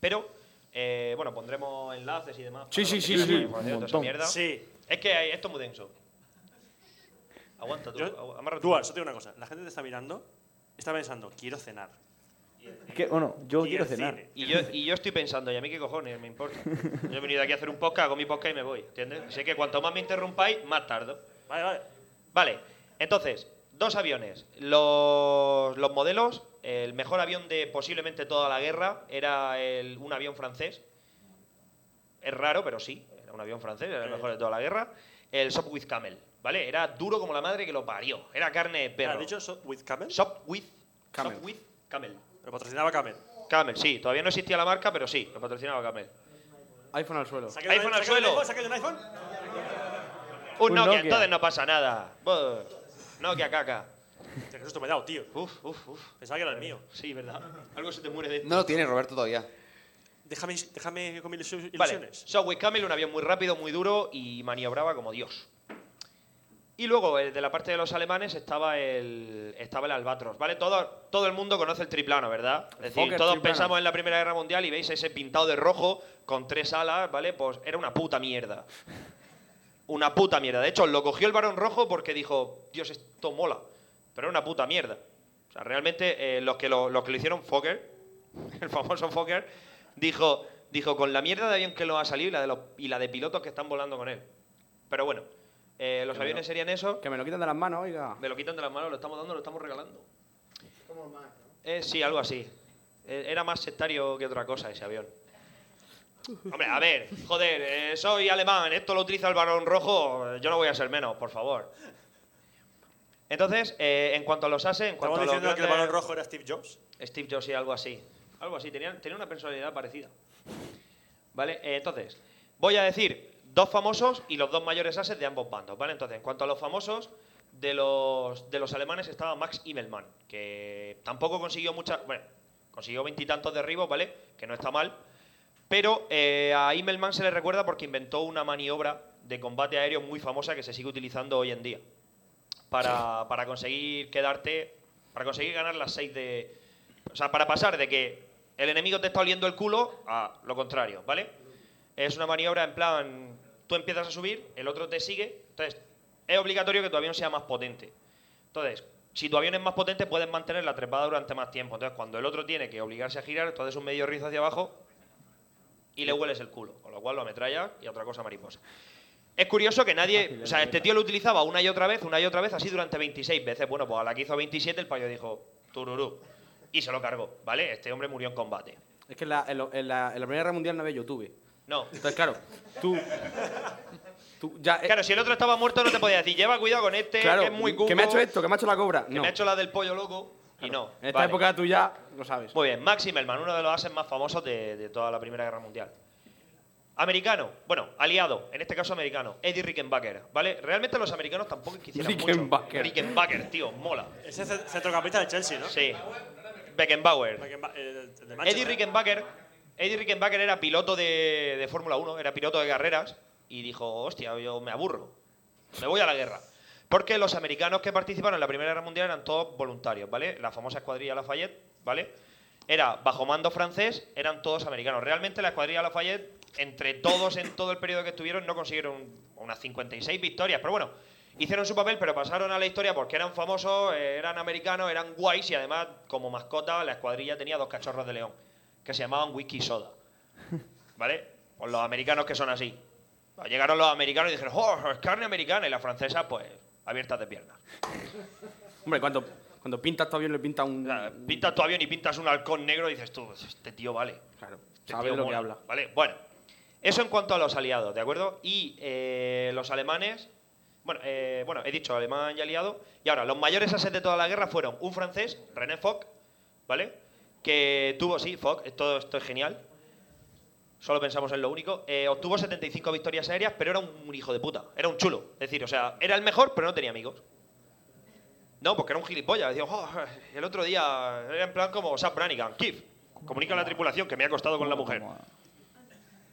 Pero, eh, bueno, pondremos enlaces y demás. Sí, para sí, los que sí, quieran sí. más información, Un toda esa montón. mierda. Sí. Es que hay- esto es muy denso. Aguanta tú. Yo, amarra tú. Dual, yo te digo una cosa. La gente te está mirando, está pensando, quiero cenar. ¿Qué? Bueno, yo Y quiero el cenar. cine. Y yo, y yo estoy pensando, ¿y a mí qué cojones? Me importa. Yo he venido aquí a hacer un podcast, hago mi podcast y me voy, ¿entiendes? Así que cuanto más me interrumpáis, más tardo. Vale, vale. Vale, entonces, dos aviones. Los, los modelos, el mejor avión de posiblemente toda la guerra era el- un avión francés. Es raro, pero sí, era un avión francés, era el mejor de toda la guerra. El Sopwith Camel, ¿vale? Era duro como la madre que lo parió. Era carne de perro. ¿Has dicho with camel? Shop with Camel. Shop with Camel. Lo patrocinaba Camel. Camel, sí. Todavía no existía la marca, pero sí, lo patrocinaba Camel. iPhone al suelo. ¿Saca de un- iPhone al saca de un suelo. iPhone, saca de un iPhone? Un, Un Nokia, Nokia. entonces no pasa nada. Buh. Nokia caca. Qué susto me he dado, tío. Uf, uf, uf. Pensaba que era el mío. Sí, ¿verdad? Algo se te muere de... No lo tiene Roberto todavía. Déjame, déjame con mis ilusio- Vale, ilusiones. Subway Camel, un avión muy rápido, muy duro y maniobraba como Dios. Y luego, eh, de la parte de los alemanes, estaba el, estaba el Albatros, ¿vale? Todo, todo el mundo conoce el triplano, ¿verdad? Es decir, Fokker todos triplano. pensamos en la Primera Guerra Mundial y veis ese pintado de rojo con tres alas, ¿vale? Pues era una puta mierda. Una puta mierda. De hecho, lo cogió el varón rojo porque dijo, Dios, esto mola. Pero era una puta mierda. O sea, realmente eh, los, que lo, los que lo hicieron Fokker, el famoso Fokker, dijo, dijo con la mierda de avión que lo ha salido y la de, los- y la de pilotos que están volando con él. Pero bueno, Eh, los Que me aviones lo- serían eso. Que me lo quitan de las manos, oiga. Me lo quitan de las manos, lo estamos dando, lo estamos regalando. Eh, sí, algo así. Eh, Era más sectario que otra cosa ese avión. Hombre, a ver, joder, eh, soy alemán, esto lo utiliza el varón rojo, eh, yo no voy a ser menos, por favor. Entonces, eh, en cuanto a los ases, en cuanto Estamos a los diciendo que el grandes- balón rojo era Steve Jobs. Steve Jobs y algo así. Algo así, tenía, tenía una personalidad parecida. ¿Vale? Eh, entonces, voy a decir dos famosos y los dos mayores ases de ambos bandos, ¿vale? Entonces, en cuanto a los famosos, de los, de los alemanes estaba Max Immelmann, que tampoco consiguió muchas... Bueno, consiguió veintitantos derribos, ¿vale? Que no está mal. Pero eh, a Immelmann se le recuerda porque inventó una maniobra de combate aéreo muy famosa que se sigue utilizando hoy en día para, para conseguir quedarte, para conseguir ganar las seis de... O sea, para pasar de que el enemigo te está oliendo el culo a lo contrario, ¿vale? Es una maniobra en plan, tú empiezas a subir, el otro te sigue, entonces es obligatorio que tu avión sea más potente. Entonces, si tu avión es más potente, puedes mantener la trepada durante más tiempo. Entonces, cuando el otro tiene que obligarse a girar, tú haces un medio rizo hacia abajo y le hueles el culo, con lo cual lo ametrallas y a otra cosa mariposa. Es curioso que nadie, o sea, este tío lo utilizaba una y otra vez, una y otra vez, así durante 26 veces. Bueno, pues a la que hizo 27 el payo dijo, tururú, y se lo cargó, ¿vale? Este hombre murió en combate. Es que en la, en lo- en la- en la Primera Guerra Mundial no había YouTube. No. Entonces, claro, tú. tú ya, eh, Claro, si el otro estaba muerto no te podía decir, lleva cuidado con este, claro, que es muy cuco, me ha hecho esto, que me ha hecho la cobra. que No. me ha hecho la del pollo loco, y no. En esta época tú ya lo sabes. Muy bien, Max Immelmann, uno de los ases más famosos de, de toda la Primera Guerra Mundial. Americano, bueno, aliado, en este caso americano, Eddie Rickenbacker, ¿vale? Realmente los americanos tampoco es que hicieran mucho. Rickenbacker. Rickenbacker, tío, mola. Ese es el centrocampista del Chelsea, ¿no? Sí. Beckenbauer. Beckenba- el- el eh, de Manchester. Eddie Rickenbacker, Eddie Rickenbacker era piloto de, de Fórmula 1, era piloto de carreras y dijo, hostia, yo me aburro, me voy a la guerra. Porque los americanos que participaron en la Primera Guerra Mundial eran todos voluntarios, ¿vale? La famosa escuadrilla Lafayette, ¿vale? Era bajo mando francés, eran todos americanos. Realmente la escuadrilla Lafayette, entre todos en todo el periodo que estuvieron, no consiguieron unas 56 victorias, pero bueno, hicieron su papel, pero pasaron a la historia porque eran famosos, eh, eran americanos, eran guays y además, como mascota, la escuadrilla tenía dos cachorros de león que se llamaban Whisky Soda. ¿Vale? Pues los americanos que son así. Llegaron los americanos y dijeron, ¡oh, es carne americana! Y las francesas, pues, abiertas de piernas. Hombre, cuando, cuando pintas tu avión le pinta un. Pintas tu avión y pintas un halcón negro y dices tú, este tío vale. Claro, Este sabe tío lo que mola, habla. Vale, bueno. Eso en cuanto a los aliados, ¿de acuerdo? Y eh, los alemanes. Bueno, eh, bueno, he dicho alemán y aliado. Y ahora, los mayores ases de toda la guerra fueron un francés, René Foch, ¿vale? Que tuvo, sí, Foch, esto, esto es genial. Solo pensamos en lo único. Eh, obtuvo 75 victorias aéreas, pero era un, un hijo de puta. Era un chulo. Es decir, o sea, era el mejor, pero no tenía amigos. No, porque era un gilipollas. Decía, "Oh, el otro día era en plan como Sam Brannigan, Keith, comunica a la tripulación que me ha acostado con la mujer.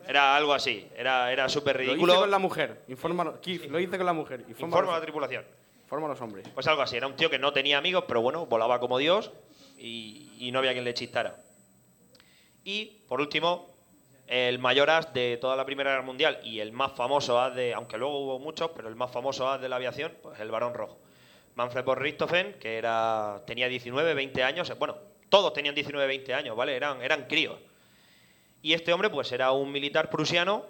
Era algo así, era, era súper Lo hice ridículo. con la mujer. Infórmalo. Keith, lo hice con la mujer. Informa, Informa a a la tripulación. los- informa a los hombres. Pues algo así, era un tío que no tenía amigos, pero bueno, volaba como Dios y, y no había quien le chistara. Y, por último, el mayor as de toda la Primera Guerra Mundial y el más famoso as de, aunque luego hubo muchos, pero el más famoso as de la aviación, pues el Barón Rojo. Manfred von Richthofen, que era, tenía 19, 20 años, bueno, todos tenían 19, 20 años, ¿vale? Eran, eran críos. Y este hombre, pues era un militar prusiano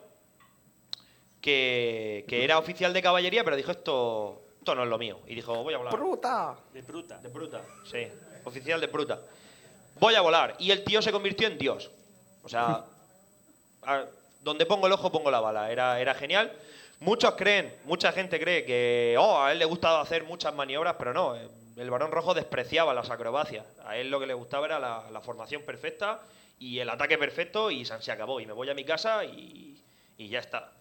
que, que era oficial de caballería, pero dijo, esto, esto no es lo mío. Y dijo, voy a volar. ¡Bruta! De Pruta. De Pruta. Sí, oficial de Pruta. Voy a volar. Y el tío se convirtió en Dios. O sea, a- donde pongo el ojo, pongo la bala. Era, era genial. Muchos creen, mucha gente cree que, oh, a él le gustaba hacer muchas maniobras, pero no. eh, El varón rojo despreciaba las acrobacias. A él lo que le gustaba era la, la formación perfecta y el ataque perfecto y san- se acabó. Y me voy a mi casa y, y ya está.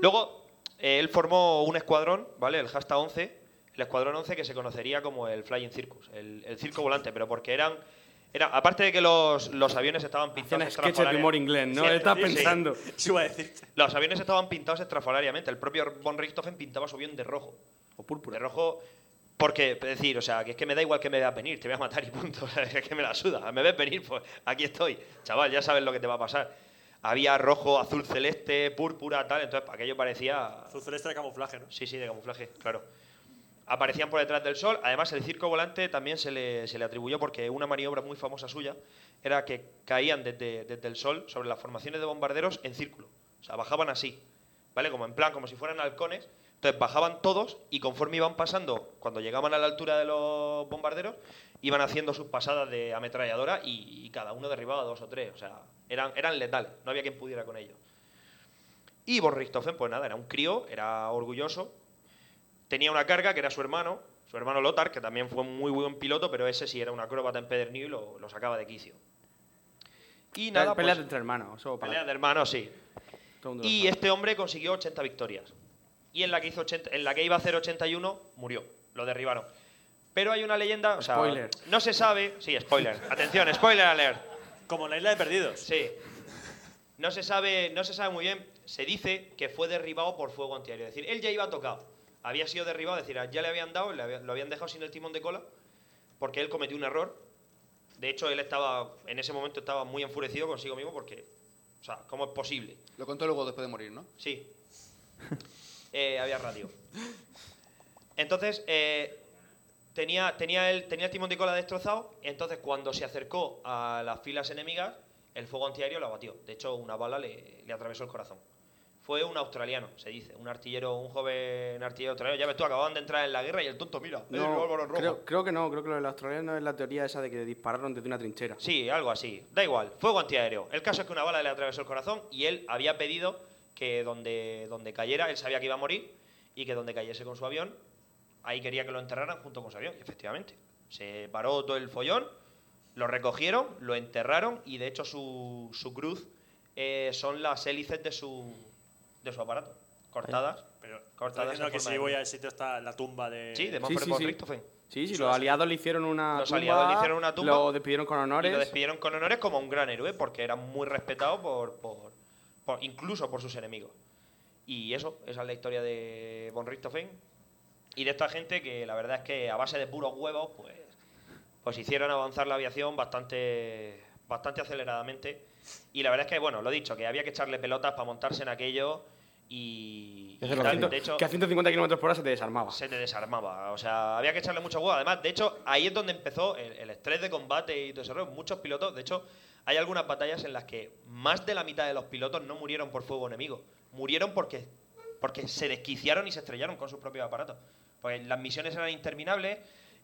Luego, eh, él formó un escuadrón, ¿vale? El Hasta 11, el escuadrón 11 que se conocería como el Flying Circus, el, el circo volante, pero porque eran. Era, aparte de que los, los aviones estaban Hacen pintados sketches de estrafalariamente- humor inglés, ¿no? Sí, Estás sí, sí. pensando. Los aviones estaban pintados estrafalariamente. El propio von Richthofen pintaba su avión de rojo. O púrpura. De rojo, porque, es decir, o sea, que es que me da igual que me veas venir, te voy a matar y punto. O sea, es que me la suda. Me ves venir, pues aquí estoy. Chaval, ya sabes lo que te va a pasar. Había rojo, azul celeste, púrpura, tal. Entonces, aquello parecía. Azul celeste de camuflaje, ¿no? Sí, sí, de camuflaje, claro. Aparecían por detrás del sol. Además, el circo volante también se le, se le atribuyó porque una maniobra muy famosa suya era que caían desde, desde el sol sobre las formaciones de bombarderos en círculo. O sea, bajaban así, ¿vale? Como en plan, como si fueran halcones, Entonces bajaban todos y conforme iban pasando, cuando llegaban a la altura de los bombarderos, iban haciendo sus pasadas de ametralladora y, y cada uno derribaba dos o tres. O sea, eran, eran letales, no había quien pudiera con ellos. Y Borristofen, pues nada, era un crío, era orgulloso, tenía una carga que era su hermano, su hermano Lothar, que también fue un muy buen piloto, pero ese sí era un acróbata empedernido y lo, lo sacaba de quicio. Y nada, Pelea pues, entre hermanos. eso para- pelea de hermanos, sí. todo el mundo lo Y sabe. este hombre consiguió 80 victorias. Y en la que, hizo 80 en la que iba a hacer 81, murió. Lo derribaron. Pero hay una leyenda. o sea, Spoiler. No se sabe. Sí, spoiler. Atención, spoiler alert. Como la isla de perdidos. Sí. No se sabe, no se sabe muy bien. Se dice que fue derribado por fuego antiaéreo. Es decir, él ya iba tocado. Había sido derribado, es decir, ya le habían dado, le había- lo habían dejado sin el timón de cola, porque él cometió un error. De hecho, él estaba, en ese momento estaba muy enfurecido consigo mismo porque, o sea, ¿cómo es posible? Lo contó luego después de morir, ¿no? Sí. Eh, había radio. Entonces, eh, tenía, tenía, el, tenía el timón de cola destrozado. Entonces, cuando se acercó a las filas enemigas, el fuego antiaéreo lo abatió. De hecho, una bala le, le atravesó el corazón. Fue un australiano, se dice. Un artillero, un joven artillero australiano. Ya ves tú, acababan de entrar en la guerra y el tonto, mira, eh, el No, revólver en rojo. creo, creo que no, creo que lo de los australianos es la teoría esa de que dispararon desde una trinchera. Sí, algo así. Da igual, fuego antiaéreo. El caso es que una bala le atravesó el corazón y él había pedido que donde, donde cayera, él sabía que iba a morir y que donde cayese con su avión, ahí quería que lo enterraran junto con su avión. Y efectivamente, se paró todo el follón, lo recogieron, lo enterraron y de hecho su, su cruz eh, son las hélices de su, de su aparato, cortadas. Pero cortadas cortadas. No, en que forma si de- voy al sitio está la tumba de. Sí, de Manfred von Richthofen. Sí, sí, Eso los es. aliados le hicieron una Los tumba, aliados le hicieron una tumba. Lo despidieron con honores. Y lo despidieron con honores como un gran héroe, porque era muy respetado por, por- por- incluso por sus enemigos. Y eso, esa es la historia de Von Richthofen y de esta gente que la verdad es que a base de puros huevos, pues, pues hicieron avanzar la aviación bastante, bastante aceleradamente. Y la verdad es que, bueno, lo dicho, que había que echarle pelotas para montarse en aquello y, Que y a tal. 100 de hecho, que a 150 kilómetros por hora se te desarmaba. se te desarmaba. O sea, había que echarle mucho huevo. Además, de hecho, ahí es donde empezó el, el estrés de combate y todo ese rollo. Muchos pilotos, de hecho, hay algunas batallas en las que más de la mitad de los pilotos no murieron por fuego enemigo. Murieron porque, porque se desquiciaron y se estrellaron con sus propios aparatos. Pues las misiones eran interminables,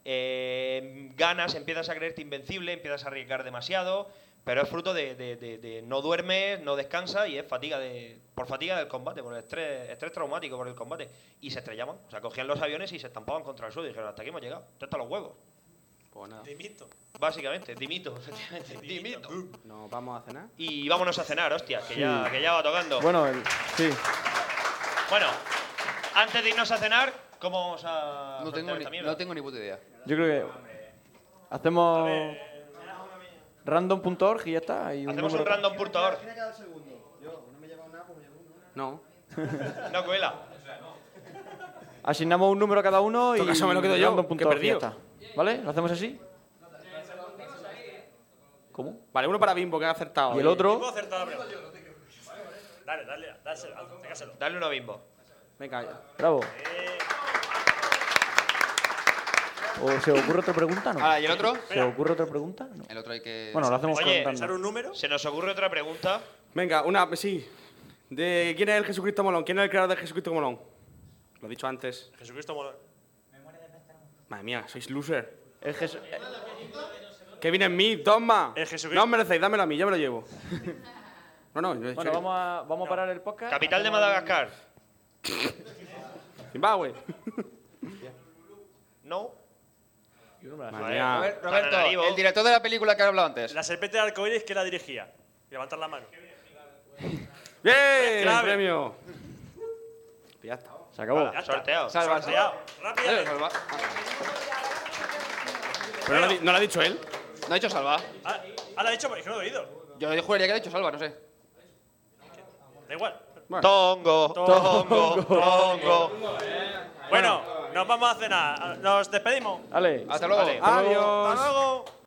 eh, ganas, empiezas a creerte invencible, empiezas a arriesgar demasiado, pero es fruto de, de- de- de no duermes, no descansas y es fatiga de, por fatiga del combate, por el estrés, estrés traumático por el combate. Y se estrellaban, o sea, cogían los aviones y se estampaban contra el suelo y dijeron, hasta aquí hemos llegado, ya están los huevos. Pues nada. Dimito. Básicamente, dimito, efectivamente, dimito. Nos vamos a cenar. Y vámonos a cenar, hostia, que, Sí. ya, que ya va tocando. Bueno, el- sí. Bueno, antes de irnos a cenar, ¿cómo vamos a.? No tengo, ni, no tengo ni puta idea. Yo creo que hacemos random.org y ya está. y un Hacemos un número- random.org. No. No cuela. Asignamos un número a cada uno y En todo caso me lo quedo yo, random.org que he perdido. y ya está. ¿Vale? ¿Lo hacemos así? ¿Cómo? Vale, uno para Bimbo, que ha acertado. Y el otro- ¿Puedo hacer toda la pregunta? Dale, dale, dáselo, déjaselo. Dale uno a Bimbo. Venga, ya. Bravo. ¿O se ocurre otra pregunta? No. Ah, ¿y el otro? ¿Se ocurre otra pregunta? No. El otro hay que. Bueno, lo hacemos Oye, contando. un número? Se nos ocurre otra pregunta. Venga, una, sí. De, ¿Quién es el Jesucristo Molón? ¿Quién es el creador del Jesucristo Molón? Lo he dicho antes. Jesucristo Molón. Madre mía, sois loser. eh, El Jesús. Que viene en mí, toma. El Jesucristo. No os merecéis, dámelo a mí, yo me lo llevo. no, no, no. Bueno, vamos a, vamos a parar el podcast. Capital de Hacemos- Madagascar. Zimbabue. No. Madre mía. Robert- Tananarivo. Roberto, el director de la película que he hablado antes. La serpiente de arcoíris, ¿quién la dirigía? Levantar la mano. ¡Bien! Clave. ¡Premio! Ya está. Se acabó. Ya está. Sorteado. Salva, Cuidado, rápidamente. Eh, salva. Pero no, lo ha di- no lo ha dicho él. No ha dicho salva. Ah, ah, la ha dicho, pero es que no lo he oído. Yo juraría que ha dicho salva, no sé. Da igual. Tongo, tongo, tongo. Bueno, nos vamos a cenar. Nos despedimos. Vale. Hasta luego. Vale. Adiós. Hasta luego.